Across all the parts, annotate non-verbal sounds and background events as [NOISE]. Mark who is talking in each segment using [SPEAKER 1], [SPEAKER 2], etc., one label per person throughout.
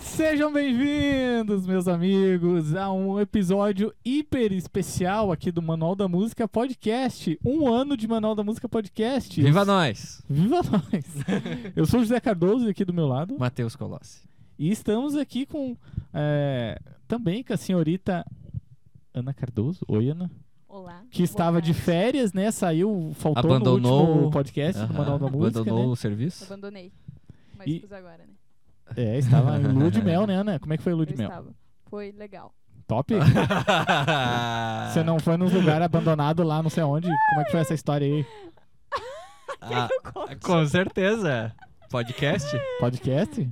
[SPEAKER 1] Sejam bem-vindos, meus amigos, a um episódio hiper especial aqui do Manual da Música Podcast. Um ano de Manual da Música Podcast.
[SPEAKER 2] Viva nós!
[SPEAKER 1] Viva nós! Eu sou o José Cardoso aqui do meu lado
[SPEAKER 2] Matheus Colossi.
[SPEAKER 1] e estamos aqui com é, também com a senhorita Ana Cardoso. Oi, Ana.
[SPEAKER 3] Olá.
[SPEAKER 1] Que estava de
[SPEAKER 3] fé.
[SPEAKER 1] férias, né? Saiu, faltou
[SPEAKER 2] Abandonou-
[SPEAKER 1] no último podcast do
[SPEAKER 2] Aham.
[SPEAKER 1] é Manual da Música.
[SPEAKER 2] Abandonou
[SPEAKER 1] né?
[SPEAKER 2] o serviço?
[SPEAKER 3] Abandonei. Mas
[SPEAKER 1] E-
[SPEAKER 3] fiz agora, né?
[SPEAKER 1] É, estava em
[SPEAKER 2] [LAUGHS]
[SPEAKER 1] lua de mel, né, Ana? Como é que foi a lua
[SPEAKER 3] Eu
[SPEAKER 1] de mel?
[SPEAKER 3] estava. Foi legal. [LAUGHS]
[SPEAKER 2] [LAUGHS]
[SPEAKER 1] Top? Você não foi num lugar abandonado lá, não sei onde? Como é que foi essa história aí?
[SPEAKER 2] Ah,
[SPEAKER 3] Eu conto.
[SPEAKER 2] com certeza. Podcast?
[SPEAKER 3] [LAUGHS]
[SPEAKER 1] Podcast?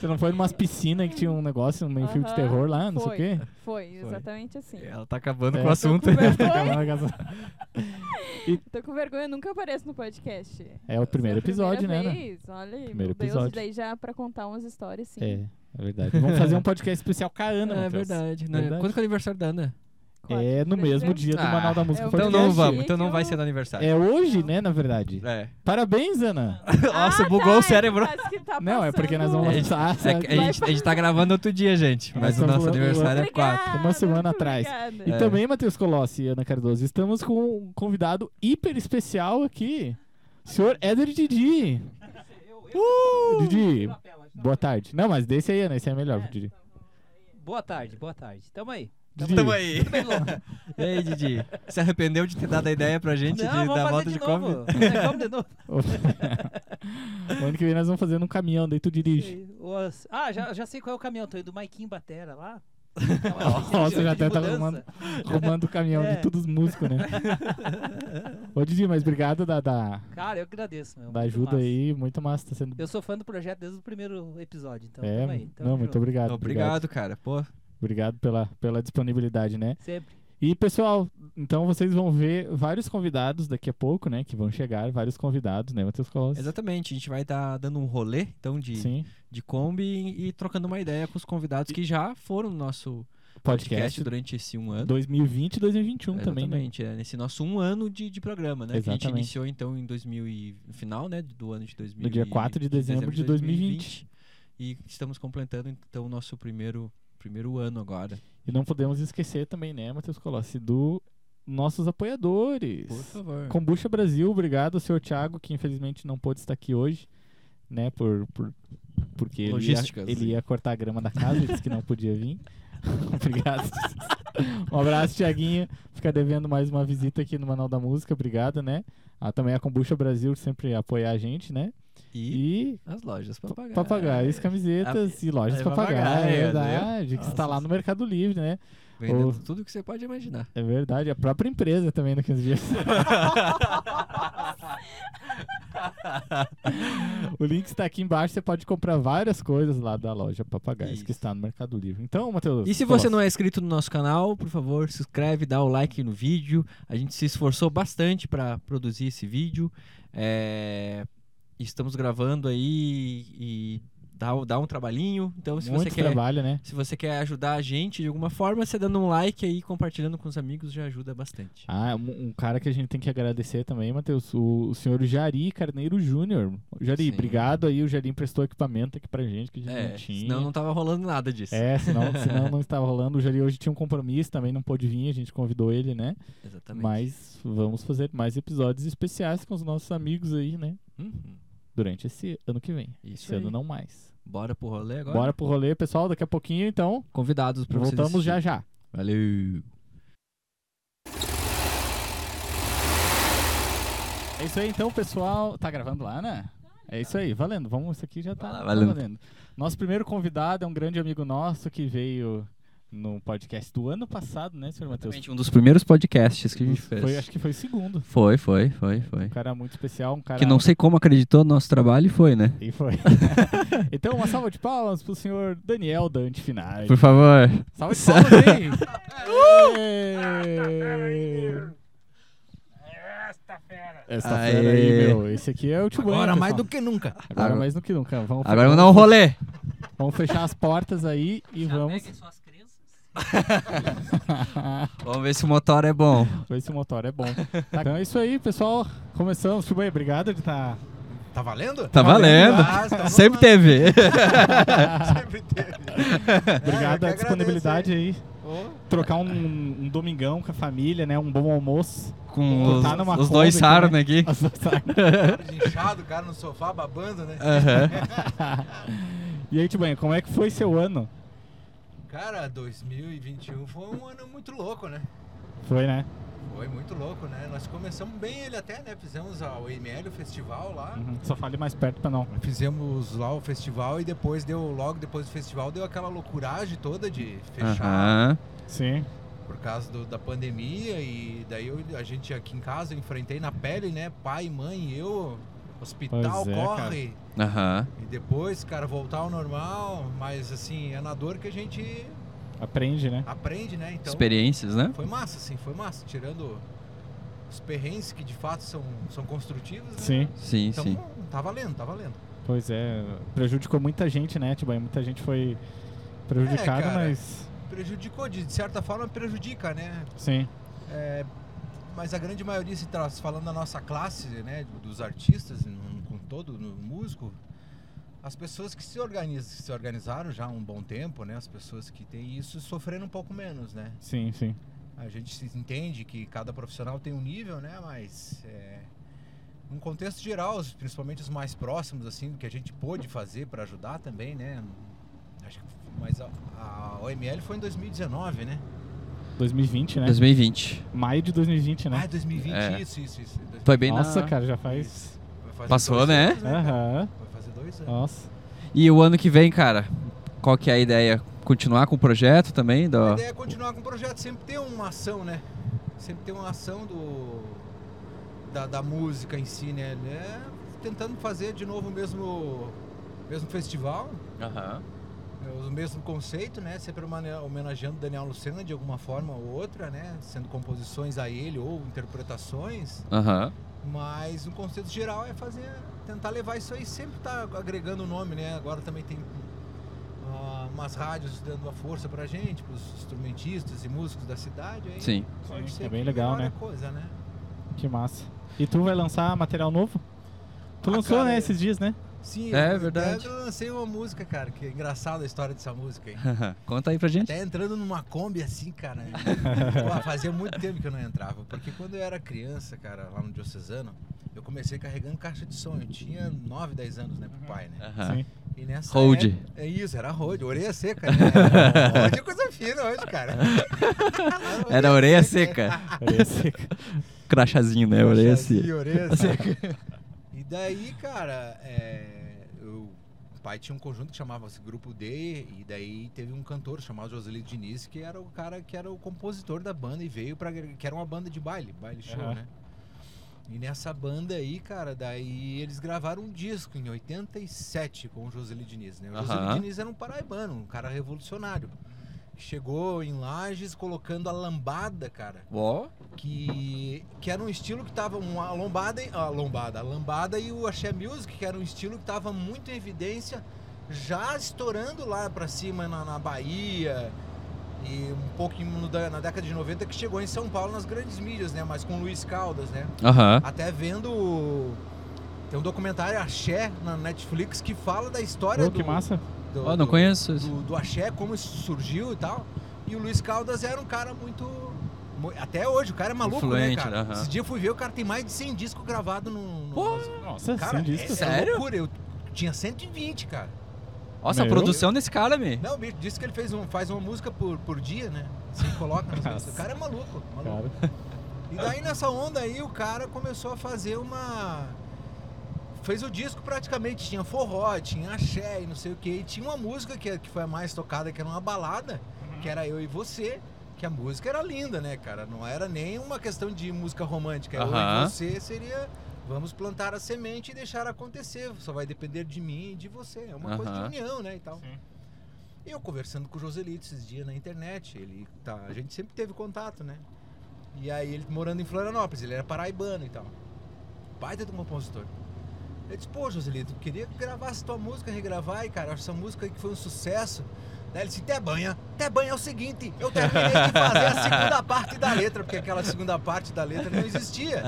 [SPEAKER 1] Você não foi numas piscinas que tinha um negócio, um filme de
[SPEAKER 3] Aham,
[SPEAKER 1] terror lá, não
[SPEAKER 3] foi.
[SPEAKER 1] sei o quê?
[SPEAKER 3] Foi, exatamente assim.
[SPEAKER 2] Ela tá acabando
[SPEAKER 1] É.
[SPEAKER 2] com o assunto. [LAUGHS]
[SPEAKER 1] [LAUGHS]
[SPEAKER 3] Tô com vergonha, eu nunca apareço no podcast.
[SPEAKER 1] É o primeiro
[SPEAKER 3] Essa é a
[SPEAKER 1] episódio, né,
[SPEAKER 3] primeira
[SPEAKER 1] Ana?
[SPEAKER 3] vez, Olha, aí,
[SPEAKER 1] Primeiro
[SPEAKER 3] meu Deus,
[SPEAKER 1] episódio.
[SPEAKER 3] daí já pra contar umas histórias, sim.
[SPEAKER 1] É, é verdade. Vamos fazer um podcast especial com a Ana,
[SPEAKER 2] é
[SPEAKER 1] Matheus.
[SPEAKER 2] verdade. Não,
[SPEAKER 1] Verdade.
[SPEAKER 2] Quando que é o aniversário da Ana?
[SPEAKER 3] Quatro
[SPEAKER 1] É
[SPEAKER 3] de
[SPEAKER 1] no mesmo
[SPEAKER 3] dezembro.
[SPEAKER 1] dia do
[SPEAKER 2] Ah,
[SPEAKER 1] Manual da Música
[SPEAKER 3] é o
[SPEAKER 2] Então
[SPEAKER 1] Podcast.
[SPEAKER 2] não
[SPEAKER 3] podcast.
[SPEAKER 2] vamos, então não
[SPEAKER 3] Que
[SPEAKER 2] vai
[SPEAKER 3] eu-
[SPEAKER 2] ser no aniversário.
[SPEAKER 1] É hoje, né, na verdade.
[SPEAKER 3] Tá
[SPEAKER 2] É.
[SPEAKER 1] Parabéns, Ana!
[SPEAKER 2] [LAUGHS] Nossa,
[SPEAKER 3] Ah,
[SPEAKER 2] bugou
[SPEAKER 3] tá,
[SPEAKER 2] o cérebro.
[SPEAKER 3] parece que tá
[SPEAKER 1] Não, é porque nós
[SPEAKER 3] passando-
[SPEAKER 1] vamos
[SPEAKER 2] É,
[SPEAKER 1] lançar.
[SPEAKER 2] É que a,
[SPEAKER 1] sabe?
[SPEAKER 3] Vai
[SPEAKER 2] gente, a
[SPEAKER 3] pra-
[SPEAKER 2] gente tá gravando outro dia, gente. Mas o
[SPEAKER 1] Nós
[SPEAKER 2] nosso
[SPEAKER 1] vamos-
[SPEAKER 2] aniversário é
[SPEAKER 3] Obrigada,
[SPEAKER 2] 4.
[SPEAKER 1] Uma semana
[SPEAKER 3] muito
[SPEAKER 1] atrás.
[SPEAKER 3] obrigada.
[SPEAKER 2] [LAUGHS]
[SPEAKER 1] E
[SPEAKER 2] É.
[SPEAKER 1] também, Matheus Colossi e Ana Cardoso, estamos com um convidado hiper especial aqui, senhor Éder Didi. Uh! Didi, boa tarde. Não, mas desse aí, Ana, esse é melhor, Didi.
[SPEAKER 4] Boa tarde, boa tarde. então, Tamo
[SPEAKER 1] [LAUGHS]
[SPEAKER 4] aí.
[SPEAKER 1] Didi,
[SPEAKER 2] Tamo aí. E aí, Didi? Se arrependeu de ter dado a ideia pra gente
[SPEAKER 4] Não,
[SPEAKER 2] de,
[SPEAKER 4] vamos
[SPEAKER 2] da
[SPEAKER 4] fazer
[SPEAKER 2] volta
[SPEAKER 4] de,
[SPEAKER 2] de,
[SPEAKER 4] novo.
[SPEAKER 2] Kombi?
[SPEAKER 4] Fazer Kombi
[SPEAKER 1] [LAUGHS]
[SPEAKER 4] de novo.
[SPEAKER 1] o ano que vem nós vamos fazer num caminhão, daí tu dirige.
[SPEAKER 4] Os- Ah, já, já sei qual é o caminhão. Tô indo do Maiquinho
[SPEAKER 1] [LAUGHS]
[SPEAKER 4] Batera lá. Então,
[SPEAKER 1] Nossa, já até tá arrumando.
[SPEAKER 4] arrumando.
[SPEAKER 1] Arrumando o caminhão
[SPEAKER 4] É.
[SPEAKER 1] de todos os músicos, né? Ô, Didi, mas obrigado da, da,
[SPEAKER 4] Cara, eu que agradeço, meu.
[SPEAKER 1] da
[SPEAKER 4] Muito
[SPEAKER 1] ajuda
[SPEAKER 4] massa.
[SPEAKER 1] aí, muito massa, tá sendo...
[SPEAKER 4] Eu sou fã do projeto desde o primeiro episódio, então
[SPEAKER 1] é,
[SPEAKER 4] tamo aí. Tamo
[SPEAKER 1] não,
[SPEAKER 4] junto.
[SPEAKER 1] muito obrigado.
[SPEAKER 2] Obrigado, cara. Pô,
[SPEAKER 1] Obrigado pela, pela disponibilidade, né?
[SPEAKER 4] Sempre.
[SPEAKER 1] E pessoal, então vocês vão ver vários convidados daqui a pouco, né? Que vão chegar, vários convidados, né, Matheus Colossi?
[SPEAKER 2] exatamente. A gente vai estar dando um rolê, então, de,
[SPEAKER 1] Sim,
[SPEAKER 2] de Kombi e trocando uma ideia com os convidados que já foram no nosso podcast
[SPEAKER 1] podcast,
[SPEAKER 2] durante esse um ano.
[SPEAKER 1] 2020 e 2021 também, né?
[SPEAKER 2] Exatamente, é, nesse nosso um ano de, de programa, né? Que a
[SPEAKER 1] Exatamente.
[SPEAKER 2] gente iniciou então em 2000 e, no final, né, do ano de 2000
[SPEAKER 1] No dia 4 de dezembro de 2020.
[SPEAKER 2] E estamos completando então o nosso primeiro primeiro ano agora.
[SPEAKER 1] E não podemos esquecer também, né, Matheus Colossi, do nossos apoiadores.
[SPEAKER 2] Por favor.
[SPEAKER 1] Combucha Brasil, obrigado ao senhor Thiago, que infelizmente não pôde estar aqui hoje, né, por, por porque ele ia,
[SPEAKER 2] Logísticas.
[SPEAKER 1] ele ia cortar a grama da casa, e disse que não podia vir. [LAUGHS] obrigado. um abraço, Tiaguinho. Fica devendo mais uma visita aqui no Manual da Música, obrigado, né? Ah, também a Combucha Brasil sempre apoiar a gente, né?
[SPEAKER 2] E,
[SPEAKER 1] E
[SPEAKER 2] as lojas papagaio.
[SPEAKER 1] papagaios, camisetas e lojas
[SPEAKER 2] é
[SPEAKER 1] papagaio, é
[SPEAKER 2] papagaio,
[SPEAKER 1] verdade, que está lá no Mercado Livre, né?
[SPEAKER 2] Vendendo
[SPEAKER 1] Ou-
[SPEAKER 2] tudo que você pode imaginar.
[SPEAKER 1] É verdade, a própria empresa também no 15
[SPEAKER 2] [LAUGHS]
[SPEAKER 1] dias. o link está aqui embaixo, você pode comprar várias coisas lá da loja Papagaios
[SPEAKER 2] Isso.
[SPEAKER 1] que está no Mercado Livre. Então, Matheus.
[SPEAKER 2] E se você não é inscrito no nosso canal, por favor, se inscreve, dá o like no vídeo. A gente se esforçou bastante para produzir esse vídeo. É, Estamos gravando aí e dá, dá um trabalhinho. Então, se
[SPEAKER 1] Muito
[SPEAKER 2] você quer,
[SPEAKER 1] trabalho, né?
[SPEAKER 2] se você quer ajudar a gente de alguma forma, você dando um like aí, compartilhando com os amigos já ajuda bastante.
[SPEAKER 1] Ah, um, um cara que a gente tem que agradecer também, Matheus, o, o senhor Jari Carneiro Júnior. Jari,
[SPEAKER 2] Sim.
[SPEAKER 1] obrigado aí, o Jari emprestou equipamento aqui pra gente que a gente
[SPEAKER 2] É,
[SPEAKER 1] não tinha.
[SPEAKER 2] senão não tava rolando nada disso.
[SPEAKER 1] É, senão, senão não estava rolando. O Jari hoje tinha um compromisso, também não pôde vir, a gente convidou ele, né?
[SPEAKER 2] Exatamente.
[SPEAKER 1] Mas vamos fazer mais episódios especiais com os nossos amigos aí, né?
[SPEAKER 2] Uhum.
[SPEAKER 1] Durante esse ano que vem.
[SPEAKER 2] Isso
[SPEAKER 1] esse
[SPEAKER 2] aí.
[SPEAKER 1] ano não mais.
[SPEAKER 2] Bora pro rolê agora?
[SPEAKER 1] Bora pro rolê, pessoal. Daqui a pouquinho, então.
[SPEAKER 2] Convidados pra vocês.
[SPEAKER 1] voltamos já já.
[SPEAKER 2] assistirem. Valeu.
[SPEAKER 1] É isso aí, então, pessoal. Tá gravando lá, né? É isso aí, valendo. Vamos, isso aqui já tá,
[SPEAKER 2] Vai lá,
[SPEAKER 1] tá
[SPEAKER 2] valendo.
[SPEAKER 1] valendo. Nosso primeiro convidado é um grande amigo nosso que veio no podcast do ano passado, né, senhor Matheus?
[SPEAKER 2] Exatamente, um dos primeiros podcasts que a gente fez.
[SPEAKER 1] Foi, acho que foi o segundo.
[SPEAKER 2] Foi, foi, foi, foi.
[SPEAKER 1] Um cara muito especial, um cara.
[SPEAKER 2] Que não sei como acreditou no nosso trabalho e foi, né?
[SPEAKER 1] E
[SPEAKER 2] [LAUGHS]
[SPEAKER 1] foi. [LAUGHS] então, uma salva de palmas pro senhor Daniel Dante Finale.
[SPEAKER 2] Por favor.
[SPEAKER 1] Salve de palmas, [LAUGHS] hein? Ê! Esta
[SPEAKER 2] Aê.
[SPEAKER 1] fera aí, meu. Esse aqui é o Tio
[SPEAKER 5] Agora
[SPEAKER 1] Bueno,
[SPEAKER 5] mais do
[SPEAKER 1] pessoal.
[SPEAKER 5] que nunca.
[SPEAKER 1] Agora mais do que nunca. Vamos,
[SPEAKER 2] Agora vamos dar um rolê.
[SPEAKER 1] [LAUGHS] vamos fechar as portas aí e vamos.
[SPEAKER 4] suas crenças.
[SPEAKER 2] Vamos ver se o motor é bom.
[SPEAKER 1] [LAUGHS] [LAUGHS] Esse motor é bom. Tá, então é isso aí, pessoal. Começamos. Tio Bueno, obrigado de estar
[SPEAKER 5] Tá valendo?
[SPEAKER 2] Tá valendo.
[SPEAKER 5] Ah, então vamos
[SPEAKER 2] Sempre
[SPEAKER 5] lá.
[SPEAKER 2] teve.
[SPEAKER 5] [LAUGHS] Sempre teve. É,
[SPEAKER 1] É, Obrigado
[SPEAKER 5] eu
[SPEAKER 1] a
[SPEAKER 5] que
[SPEAKER 1] disponibilidade aí.
[SPEAKER 5] Ô,
[SPEAKER 1] Trocar um, um domingão com a família, né? Um bom [LAUGHS] almoço.
[SPEAKER 2] Com os,
[SPEAKER 1] Tá numa
[SPEAKER 2] os dois
[SPEAKER 1] Kombi aqui,
[SPEAKER 2] sarna aqui.
[SPEAKER 1] As duas tardes.
[SPEAKER 5] cara de inchado, cara no sofá babando, né?
[SPEAKER 2] Aham.
[SPEAKER 1] e aí, Tibanha, como é que foi seu ano?
[SPEAKER 5] Cara, 2021 foi um ano muito louco, né?
[SPEAKER 1] Foi, né?
[SPEAKER 5] Foi muito louco, né? Nós começamos bem ele até, né? Fizemos a OML, o festival lá.
[SPEAKER 1] Uhum. Só fale mais perto pra não.
[SPEAKER 5] Fizemos lá o festival e depois deu, logo depois do festival, deu aquela loucuragem toda de fechar
[SPEAKER 2] Aham.
[SPEAKER 1] Sim.
[SPEAKER 5] por causa do- da pandemia. E daí eu- a gente aqui em casa eu enfrentei na pele, né? Pai, mãe, eu, hospital,
[SPEAKER 1] Pois é, cara.
[SPEAKER 5] corre.
[SPEAKER 2] Aham.
[SPEAKER 5] E depois, cara, voltar ao normal, mas assim, é na dor que a gente
[SPEAKER 1] Aprende, né?
[SPEAKER 5] aprende, né? Então,
[SPEAKER 2] Experiências, né?
[SPEAKER 5] foi massa, assim, foi massa. Tirando os perrengues que de fato são, são construtivos, né?
[SPEAKER 1] Sim.
[SPEAKER 2] Sim,
[SPEAKER 5] Então,
[SPEAKER 2] sim.
[SPEAKER 5] tá valendo, tá valendo.
[SPEAKER 1] Pois é. Prejudicou muita gente, né, Tibanha? Muita gente foi prejudicada,
[SPEAKER 5] É, cara.
[SPEAKER 1] mas.
[SPEAKER 5] Prejudicou, de de certa forma, prejudica, né?
[SPEAKER 1] Sim.
[SPEAKER 5] Mas a grande maioria, se tá falando da nossa classe, né? Dos artistas, num- com todo, no músico, as pessoas que se, organizam, se organizaram já há um bom tempo, né? As pessoas que têm isso sofreram um pouco menos, né?
[SPEAKER 1] Sim, sim.
[SPEAKER 5] A gente se entende que cada profissional tem um nível, né? Mas é, num contexto geral, os- principalmente os mais próximos, assim, do que a gente pôde fazer para ajudar também, né? Acho que, mas a, a OML foi em 2019, né?
[SPEAKER 1] 2020, né?
[SPEAKER 2] 2020.
[SPEAKER 1] Maio de 2020, né?
[SPEAKER 5] Ah, 2020,
[SPEAKER 2] É.
[SPEAKER 5] isso, isso, isso. Dois-
[SPEAKER 2] Foi bem
[SPEAKER 1] Nossa,
[SPEAKER 2] na...
[SPEAKER 1] cara, já faz.
[SPEAKER 5] vai fazer
[SPEAKER 2] Passou,
[SPEAKER 5] dois
[SPEAKER 2] né?
[SPEAKER 5] anos, cara?
[SPEAKER 1] Aham.
[SPEAKER 5] Vai fazer dois né? anos.
[SPEAKER 1] Nossa.
[SPEAKER 2] E o ano que vem, cara, qual que é a ideia? Continuar com o projeto também?
[SPEAKER 5] A
[SPEAKER 2] Do...
[SPEAKER 5] ideia é continuar com o projeto, sempre tem uma ação, né? Sempre tem uma ação do da, da música em si, né? É, tentando fazer de novo o mesmo, mesmo festival,
[SPEAKER 2] Aham.
[SPEAKER 5] é, o mesmo conceito, né? Sempre homene- homenageando Daniel Lucena de alguma forma ou outra, né? Sendo composições a ele ou interpretações,
[SPEAKER 2] Aham.
[SPEAKER 5] mas o conceito geral é fazer, tentar levar isso aí, sempre tá agregando o nome, né? Agora também tem ah, umas rádios dando uma força pra gente, pros instrumentistas e músicos da cidade, aí
[SPEAKER 2] Sim.
[SPEAKER 5] pode
[SPEAKER 1] Sim,
[SPEAKER 5] ser
[SPEAKER 1] é
[SPEAKER 5] que
[SPEAKER 1] bem legal,
[SPEAKER 5] melhore
[SPEAKER 1] né?
[SPEAKER 5] a coisa, né?
[SPEAKER 1] Que massa. E tu vai lançar material novo? Tu
[SPEAKER 5] Ah,
[SPEAKER 1] lançou,
[SPEAKER 5] cara,
[SPEAKER 1] né,
[SPEAKER 5] eu-
[SPEAKER 1] esses dias, né?
[SPEAKER 5] Sim,
[SPEAKER 2] É
[SPEAKER 5] eu-
[SPEAKER 2] verdade.
[SPEAKER 5] Eu lancei uma música, cara, que é engraçada a história dessa música, hein?
[SPEAKER 2] Uhum. Conta aí pra gente.
[SPEAKER 5] Até entrando numa Kombi assim,
[SPEAKER 2] [LAUGHS]
[SPEAKER 5] cara. Pô, fazia muito tempo que eu não entrava. Porque quando eu era criança, cara, lá no Diocesano, eu comecei carregando caixa de som. Eu tinha 9, 10 anos, né,
[SPEAKER 1] Uhum.
[SPEAKER 5] pro pai, né?
[SPEAKER 2] Aham.
[SPEAKER 1] Sim.
[SPEAKER 5] E nessa
[SPEAKER 2] Hold.
[SPEAKER 5] época- É isso, era hold, orelha
[SPEAKER 2] [LAUGHS]
[SPEAKER 5] seca, né? Hold é coisa fina hoje, cara. É.
[SPEAKER 2] Era
[SPEAKER 5] [LAUGHS]
[SPEAKER 2] orelha seca.
[SPEAKER 5] Ah,
[SPEAKER 1] Olha esse.
[SPEAKER 2] Crachazinho, né? Orelha seca.
[SPEAKER 5] Chazinho,
[SPEAKER 2] [LAUGHS]
[SPEAKER 5] orelha seca. E daí, cara, é, eu- o pai tinha um conjunto que chamava-se Grupo D, e daí teve um cantor chamado Joselito Diniz, que era o cara que era o compositor da banda e veio pra. que era uma banda de baile, baile show,
[SPEAKER 1] Aham.
[SPEAKER 5] né? E nessa banda aí, cara, daí eles gravaram um disco em 87 com o Joselito Diniz, né? O Joselito
[SPEAKER 2] Aham.
[SPEAKER 5] Diniz era um paraibano, um cara revolucionário. Chegou em Lages colocando a lambada, cara
[SPEAKER 2] Ó.
[SPEAKER 5] que, que era um estilo que tava uma lombada, e- a lombada, a lambada e o axé music, que era um estilo que tava muito em evidência, já estourando lá pra cima na, na Bahia e um pouco em- no da- na década de 90 que chegou em São Paulo nas grandes mídias, né, mas com Luiz Caldas, né?
[SPEAKER 2] Aham.
[SPEAKER 5] Até vendo o- tem um documentário axé na Netflix que fala da história
[SPEAKER 1] Pô,
[SPEAKER 5] do
[SPEAKER 1] que massa.
[SPEAKER 5] do-
[SPEAKER 2] Ó, não
[SPEAKER 5] do-
[SPEAKER 2] conheço. isso.
[SPEAKER 5] do, do axé, como isso surgiu e tal. E o Luiz Caldas era um cara muito. mu- Até hoje, o cara é maluco,
[SPEAKER 2] Influente,
[SPEAKER 5] né, cara?
[SPEAKER 2] aham.
[SPEAKER 5] Esse dia eu fui ver, o cara tem mais de 100 discos gravados no. no
[SPEAKER 2] Pô!
[SPEAKER 5] nas-
[SPEAKER 1] Nossa, sim,
[SPEAKER 5] Cara, é,
[SPEAKER 1] disso.
[SPEAKER 2] Sério?
[SPEAKER 5] Sério? loucura. Eu tinha 120, cara.
[SPEAKER 2] Nossa, a
[SPEAKER 1] Meu.
[SPEAKER 2] produção desse cara, [LAUGHS] me.
[SPEAKER 5] Não, o bicho disse que ele fez um, faz uma música por, por dia, né? Você coloca nas
[SPEAKER 1] Nossa.
[SPEAKER 5] músicas. O cara é maluco, maluco.
[SPEAKER 1] Cara,
[SPEAKER 5] E daí nessa onda aí o cara começou a fazer uma. Fez o disco praticamente, tinha forró, tinha axé e não sei o que. E tinha uma música que, que foi a mais tocada, que era uma balada, que era Eu e Você, que a música era linda, né, cara? Não era nem uma questão de música romântica. Eu
[SPEAKER 2] Aham.
[SPEAKER 5] e Você seria. Vamos plantar a semente e deixar acontecer. Só vai depender de mim e de você. É uma coisa de
[SPEAKER 2] Aham.
[SPEAKER 5] união, né? E tal.
[SPEAKER 1] Sim.
[SPEAKER 5] Eu conversando com o Joselito esses dias na internet, ele tá, a gente sempre teve contato, né? E aí ele morando em Florianópolis, ele era paraibano e tal. Baita do compositor. Eu disse, pô, Joselito, eu queria que gravasse tua música, regravar, e cara, essa música aí que foi um sucesso. Daí ele disse, até banha, até banha é o seguinte, eu terminei [LAUGHS] de fazer a segunda parte da letra, porque aquela segunda parte da letra não existia.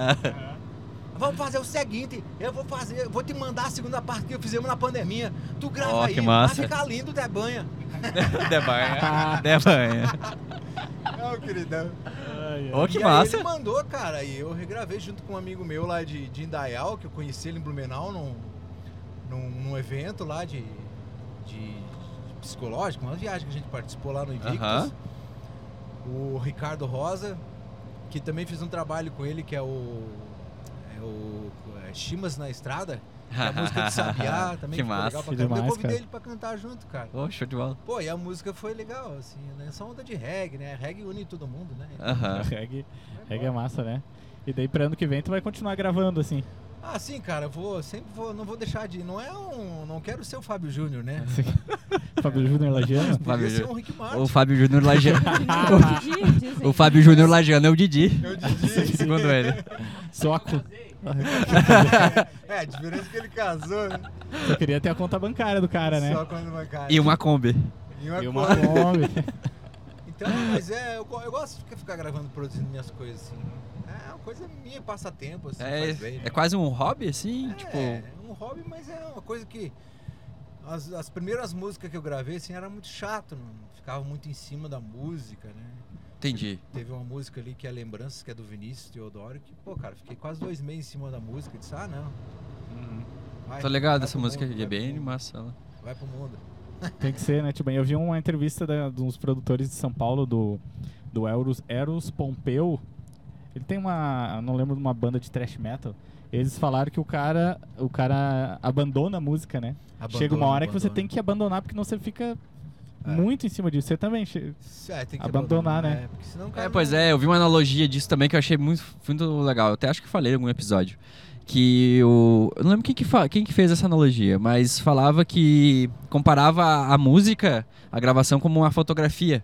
[SPEAKER 5] Vamos fazer o seguinte, eu vou fazer, eu vou te mandar a segunda parte que fizemos na pandemia. Tu grava
[SPEAKER 2] Ó,
[SPEAKER 5] aí,
[SPEAKER 2] que massa.
[SPEAKER 5] vai ficar lindo, Debanha.
[SPEAKER 2] [LAUGHS] Debanha. Debanha.
[SPEAKER 5] É, o queridão.
[SPEAKER 2] Ó, que
[SPEAKER 5] e Aí
[SPEAKER 2] massa.
[SPEAKER 5] ele mandou, cara, e eu regravei junto com um amigo meu lá de, de Indaial, que eu conheci ele em Blumenau num, num, num evento lá de, de psicológico, uma viagem que a gente participou lá no Invictus.
[SPEAKER 2] Aham.
[SPEAKER 5] O Ricardo Rosa, que também fiz um trabalho com ele, que é o. É o é, Chimas na Estrada,
[SPEAKER 2] [LAUGHS]
[SPEAKER 5] que é a música de Sabiá, também
[SPEAKER 2] Que
[SPEAKER 5] ficou
[SPEAKER 2] massa.
[SPEAKER 5] legal pra
[SPEAKER 1] Que
[SPEAKER 5] caramba. Eu
[SPEAKER 1] demais,
[SPEAKER 5] convidei
[SPEAKER 1] cara.
[SPEAKER 5] ele pra cantar junto, cara.
[SPEAKER 2] Ó, show de bola.
[SPEAKER 5] Pô, e a música foi legal, assim, nessa onda de reggae, né? Reggae une todo mundo, né?
[SPEAKER 2] Aham.
[SPEAKER 1] [LAUGHS] Reggae, reggae é massa, né? E daí pra ano que vem tu vai continuar gravando,
[SPEAKER 5] [LAUGHS]
[SPEAKER 1] assim.
[SPEAKER 5] Ah, sim, cara, eu vou, sempre vou, não vou deixar de. Não é um. Não quero ser o Fábio Júnior, né?
[SPEAKER 1] Fábio Júnior Lagiano.
[SPEAKER 5] Podia
[SPEAKER 2] Fábio
[SPEAKER 5] ser
[SPEAKER 2] Júnior.
[SPEAKER 5] um Rick Martin.
[SPEAKER 2] O Fábio Júnior Lajano. [LAUGHS]
[SPEAKER 3] Didi, dizem.
[SPEAKER 2] o Fábio Júnior Lajano é o Didi,
[SPEAKER 5] Eu dizia.
[SPEAKER 2] [LAUGHS] segundo ele.
[SPEAKER 1] Só, a co-
[SPEAKER 5] [LAUGHS] é, a diferença é que ele casou, né?
[SPEAKER 1] só queria ter a conta bancária do cara, né?
[SPEAKER 5] Só quando uma cara.
[SPEAKER 2] E uma Kombi.
[SPEAKER 5] E uma
[SPEAKER 1] E uma
[SPEAKER 5] coisa.
[SPEAKER 1] Kombi.
[SPEAKER 5] Então, mas é, eu, go- eu gosto de ficar- ficar gravando, produzindo minhas coisas, assim. É uma coisa minha, passatempo, assim, faz bem.
[SPEAKER 2] É, é quase um hobby, assim, tipo...
[SPEAKER 5] É, um hobby, mas é uma coisa que. As, as primeiras músicas que eu gravei, assim, era muito chato, não ficava muito em cima da música, né?
[SPEAKER 2] Entendi.
[SPEAKER 5] Teve uma música ali que é Lembranças, que é do Vinícius Teodoro, que, pô, cara, fiquei quase dois meses em cima da música. Disse, ah, não. Uhum. Vai,
[SPEAKER 2] Tô ligado,
[SPEAKER 5] vai
[SPEAKER 2] essa
[SPEAKER 5] pro
[SPEAKER 2] música
[SPEAKER 5] mundo,
[SPEAKER 2] aqui é
[SPEAKER 5] vai
[SPEAKER 2] bem
[SPEAKER 5] pro mundo,
[SPEAKER 2] animação.
[SPEAKER 5] Vai pro mundo.
[SPEAKER 1] Tem que ser, né? Tipo, eu vi uma entrevista da, de uns produtores de São Paulo, do, do Eros, Eros Pompeu. Ele tem uma. eu não lembro de uma banda de thrash metal. Eles falaram que o cara, o cara abandona a música, né? Chega uma hora que você tem que abandonar, porque senão você fica
[SPEAKER 5] É.
[SPEAKER 1] muito em cima disso. Você também. che-
[SPEAKER 5] que, é, tem que
[SPEAKER 1] abandonar, né?
[SPEAKER 5] É, porque senão, o cara
[SPEAKER 2] É, pois
[SPEAKER 5] não-
[SPEAKER 2] é, eu vi uma analogia disso também que eu achei muito, muito legal. Eu até acho que falei em algum episódio. Que o. Eu não lembro quem que, fa- quem que fez essa analogia, mas falava que. Comparava a, a música, a gravação, como uma fotografia.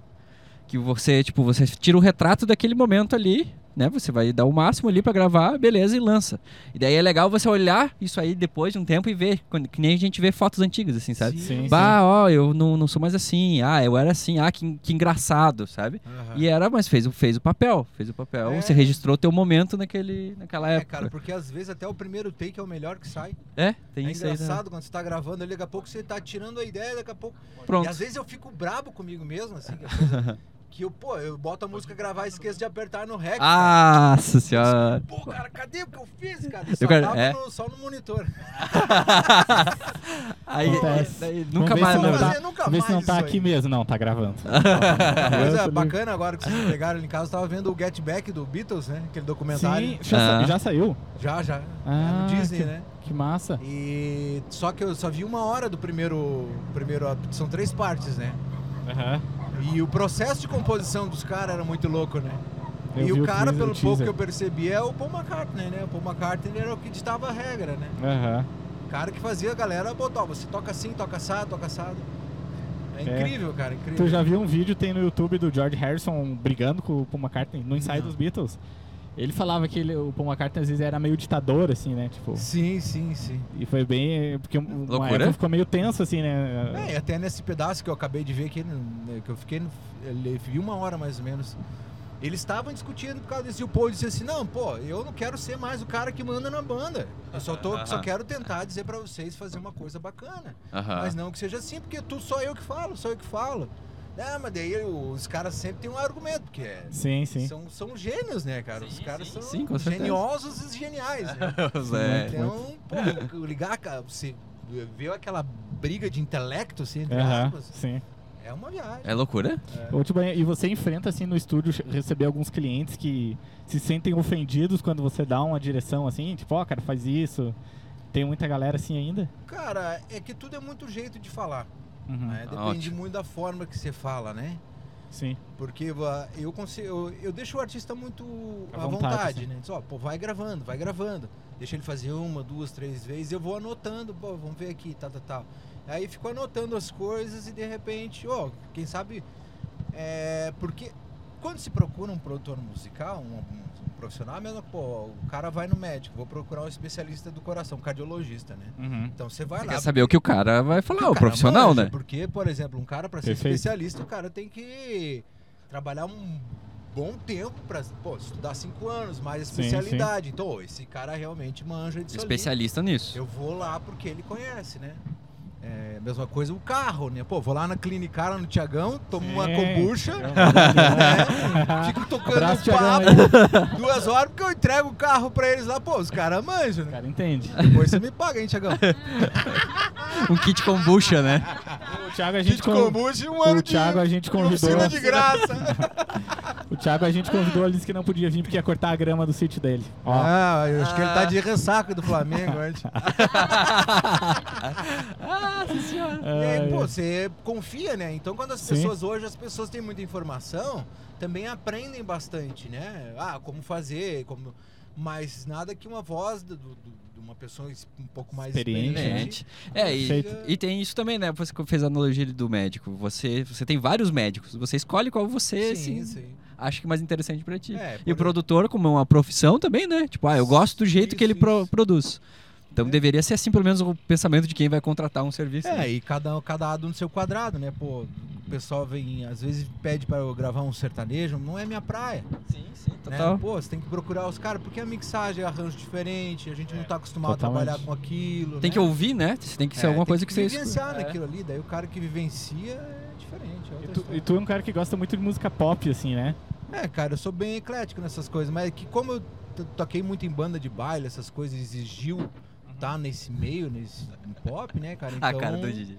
[SPEAKER 2] Que você, tipo, você tira o retrato daquele momento ali, né? Você vai dar o máximo ali pra gravar, beleza, e lança. E daí é legal você olhar isso aí depois de um tempo e ver. quando- que nem a gente vê fotos antigas, assim, sabe?
[SPEAKER 1] Sim, sim.
[SPEAKER 2] Bah, ó, eu não, não sou mais assim. Ah, eu era assim. Ah, que, que engraçado, sabe?
[SPEAKER 5] Aham.
[SPEAKER 2] E era, mas fez, o- fez o papel. Fez o papel.
[SPEAKER 5] É.
[SPEAKER 2] Você registrou teu momento naquele, naquela
[SPEAKER 5] É,
[SPEAKER 2] época.
[SPEAKER 5] cara, porque às vezes até o primeiro take é o melhor que sai.
[SPEAKER 2] É, tem
[SPEAKER 5] é
[SPEAKER 2] isso aí.
[SPEAKER 5] engraçado
[SPEAKER 2] Né?
[SPEAKER 5] quando você tá gravando ali, daqui a pouco você tá tirando a ideia, daqui a pouco. E
[SPEAKER 2] Pronto.
[SPEAKER 5] às vezes eu fico brabo comigo mesmo, assim, que, é
[SPEAKER 2] [LAUGHS]
[SPEAKER 5] coisa que eu, pô, eu boto a música gravar e esqueço de apertar no rec. cara.
[SPEAKER 2] Ah, nossa senhora.
[SPEAKER 5] Pô, cara, cadê o que eu fiz, cara? Só,
[SPEAKER 2] quero-
[SPEAKER 5] tava
[SPEAKER 2] é.
[SPEAKER 5] no, só no monitor.
[SPEAKER 2] aí,
[SPEAKER 1] Acontece.
[SPEAKER 2] daí
[SPEAKER 1] Vamos
[SPEAKER 2] nunca
[SPEAKER 1] ver se
[SPEAKER 2] mais.
[SPEAKER 1] não
[SPEAKER 2] né?
[SPEAKER 1] tá-
[SPEAKER 5] fazer nunca
[SPEAKER 1] Vê se não
[SPEAKER 5] mais
[SPEAKER 1] tá
[SPEAKER 5] isso
[SPEAKER 1] aqui
[SPEAKER 5] aí.
[SPEAKER 1] mesmo. tá Não, tá gravando.
[SPEAKER 5] [LAUGHS] Uma
[SPEAKER 1] Eu
[SPEAKER 5] coisa
[SPEAKER 1] tô
[SPEAKER 5] bacana agora que vocês pegaram ali em casa, eu tava vendo o Get Back do Beatles, né? Aquele documentário.
[SPEAKER 1] Sim, já, sa-
[SPEAKER 2] Ah.
[SPEAKER 1] já saiu.
[SPEAKER 5] Já, já.
[SPEAKER 1] Ah,
[SPEAKER 5] é no Disney,
[SPEAKER 1] que-
[SPEAKER 5] né?
[SPEAKER 1] Que massa.
[SPEAKER 5] E só que eu só vi uma hora do primeiro. primeiro são três partes, né? E o processo de composição dos caras era muito louco, né?
[SPEAKER 1] Eu
[SPEAKER 5] e
[SPEAKER 1] vi
[SPEAKER 5] o
[SPEAKER 1] o
[SPEAKER 5] cara,
[SPEAKER 1] teaser,
[SPEAKER 5] pelo
[SPEAKER 1] o
[SPEAKER 5] pouco
[SPEAKER 1] teaser.
[SPEAKER 5] que eu percebi, é o Paul McCartney, né? O Paul McCartney era o que ditava a regra, né?
[SPEAKER 1] Aham.
[SPEAKER 5] O cara que fazia a galera botar, ó, você toca assim, toca assado, toca assado. É,
[SPEAKER 1] É.
[SPEAKER 5] incrível, cara, incrível.
[SPEAKER 1] Tu já viu um vídeo, tem no YouTube, do George Harrison brigando com o Paul McCartney no ensaio dos Beatles? Ele falava que ele- o Paul McCartney às vezes era meio ditador, assim, né? Tipo,
[SPEAKER 5] Sim, sim, sim.
[SPEAKER 1] e foi bem... Porque uma
[SPEAKER 2] Loucura.
[SPEAKER 1] época ficou meio tenso, assim, né?
[SPEAKER 5] É, e até nesse pedaço que eu acabei de ver aqui, né, que eu fiquei, no- ele- vi uma hora mais ou menos. Eles estavam discutindo por causa desse. E o Paul disse assim: Não, pô, eu não quero ser mais o cara que manda na banda. Eu só, tô, só quero tentar dizer pra vocês fazer uma coisa bacana. [LAUGHS]
[SPEAKER 2] Ah.
[SPEAKER 5] Mas não que seja assim, porque tu, só eu que falo, só eu que falo. Ah, mas daí os caras sempre têm um argumento, porque é-
[SPEAKER 1] Sim, sim.
[SPEAKER 5] são, são gênios, né, cara? os caras são
[SPEAKER 2] sim, com certeza.
[SPEAKER 5] geniosos e geniais. Né?
[SPEAKER 2] [LAUGHS] É.
[SPEAKER 5] Então, pô, ligar, cara, você viu aquela briga de intelecto, assim, entre
[SPEAKER 1] Aham,
[SPEAKER 5] aspas,
[SPEAKER 1] sim.
[SPEAKER 5] é uma viagem.
[SPEAKER 2] É loucura?
[SPEAKER 1] Ô, tipo, e você enfrenta, assim, no estúdio, che- receber alguns clientes que se sentem ofendidos quando você dá uma direção, assim? Tipo, ó, cara, faz isso. Tem muita galera assim ainda?
[SPEAKER 5] Cara, é que tudo é muito jeito de falar,
[SPEAKER 1] Uhum,
[SPEAKER 5] né? Depende
[SPEAKER 2] Hum, Ótimo.
[SPEAKER 5] muito da forma que você fala, né?
[SPEAKER 1] Sim.
[SPEAKER 5] Porque va- eu consigo, eu, eu deixo o artista muito
[SPEAKER 1] À
[SPEAKER 5] à vontade,
[SPEAKER 1] vontade, sim.
[SPEAKER 5] né? Diz, ó, pô, vai gravando, vai gravando. Deixa ele fazer uma, duas, três vezes, eu vou anotando, pô, vamos ver aqui, tal, tal, tal. Aí fico anotando as coisas e de repente, ó, quem sabe. É, porque quando se procura um produtor musical, um, um- um profissional, mesmo, pô, o cara vai no médico, vou procurar um especialista do coração, um cardiologista, né?
[SPEAKER 1] Uhum.
[SPEAKER 5] Então você vai
[SPEAKER 2] Você
[SPEAKER 5] lá.
[SPEAKER 2] quer saber o que o cara vai
[SPEAKER 5] porque
[SPEAKER 2] falar, Ah, o,
[SPEAKER 5] cara
[SPEAKER 2] profissional,
[SPEAKER 5] manja,
[SPEAKER 2] né?
[SPEAKER 5] Porque, por exemplo, um cara para ser
[SPEAKER 1] Perfeito.
[SPEAKER 5] especialista, o cara tem que trabalhar um bom tempo pra pô, estudar cinco anos, mais
[SPEAKER 1] Sim,
[SPEAKER 5] especialidade. Então, ô, esse cara realmente manja disso ali.
[SPEAKER 2] Especialista nisso.
[SPEAKER 5] Eu vou lá porque ele conhece, né? É, mesma coisa o carro, né? Pô, vou lá na clinicara no Tiagão, tomo uma
[SPEAKER 1] É.
[SPEAKER 5] kombucha, né? fico tocando
[SPEAKER 1] Abraço,
[SPEAKER 5] um
[SPEAKER 1] Tiagão.
[SPEAKER 5] papo
[SPEAKER 1] aí.
[SPEAKER 5] duas horas porque eu entrego o carro pra eles lá. Pô, os caras manjam,
[SPEAKER 1] O
[SPEAKER 5] né?
[SPEAKER 1] cara entende.
[SPEAKER 5] Depois você me paga, hein, Tiagão?
[SPEAKER 2] Um kit kombucha, né?
[SPEAKER 5] [LAUGHS]
[SPEAKER 1] O Thiago [LAUGHS] a gente
[SPEAKER 5] Kit
[SPEAKER 1] con-
[SPEAKER 5] kombucha e um ano
[SPEAKER 1] o
[SPEAKER 5] de
[SPEAKER 1] Thiago a gente convidou.
[SPEAKER 5] oficina de graça.
[SPEAKER 1] O Thiago a gente convidou, ele disse que não podia vir porque ia cortar a grama do sítio dele. [LAUGHS] Ó,
[SPEAKER 5] Ah, eu acho que ele tá de ressaca do Flamengo [LAUGHS] antes. Ah, E aí, pô, você confia, né? Então, quando as
[SPEAKER 1] É. Sim.
[SPEAKER 5] pessoas hoje, as pessoas têm muita informação, também aprendem bastante, né? Ah, como fazer, como... Mas nada que uma voz do- do- do- de uma pessoa es- um pouco mais
[SPEAKER 1] Experiente, né?
[SPEAKER 2] Gente.
[SPEAKER 5] experiente.
[SPEAKER 2] É, e,
[SPEAKER 1] Perfeito.
[SPEAKER 2] e tem isso também, né? Você fez a analogia ali do médico. Você, você tem vários médicos. Você escolhe qual você
[SPEAKER 5] Sim,
[SPEAKER 2] assim,
[SPEAKER 5] sim.
[SPEAKER 2] acha que é mais interessante pra ti.
[SPEAKER 5] É,
[SPEAKER 2] E o
[SPEAKER 5] por-
[SPEAKER 2] produtor, como é uma profissão também, né? Tipo, ah, eu gosto do jeito que ele
[SPEAKER 5] Isso,
[SPEAKER 2] pro-
[SPEAKER 5] isso.
[SPEAKER 2] produz. Então
[SPEAKER 5] É.
[SPEAKER 2] deveria ser assim, pelo menos, o pensamento de quem vai contratar um serviço. né?
[SPEAKER 5] É, e cada, cada lado no seu quadrado, né? Pô, o pessoal vem, às vezes pede pra eu gravar um sertanejo, não é minha praia.
[SPEAKER 2] Sim, sim,
[SPEAKER 5] né?
[SPEAKER 2] total.
[SPEAKER 5] Pô, você tem que procurar os caras, porque a mixagem é arranjo diferente, a gente não tá acostumado
[SPEAKER 1] Totalmente.
[SPEAKER 5] a trabalhar com aquilo.
[SPEAKER 2] É. Tem
[SPEAKER 5] né?
[SPEAKER 2] que ouvir, né? Você tem que ser
[SPEAKER 5] É,
[SPEAKER 2] alguma
[SPEAKER 5] tem
[SPEAKER 2] coisa que, você escuta.
[SPEAKER 5] vivenciar naquilo ali, daí o cara que vivencia é diferente. é
[SPEAKER 1] E
[SPEAKER 5] outra
[SPEAKER 1] tu,
[SPEAKER 5] história.
[SPEAKER 1] e tu é um cara que gosta muito de música pop, assim, né?
[SPEAKER 5] É, cara, eu sou bem eclético nessas coisas, mas é que como eu t- toquei muito em banda de baile, essas coisas exigiu tá nesse meio, nesse no pop, né, cara? Então,
[SPEAKER 2] Uhum. [LAUGHS] A Ah, cara do Didi.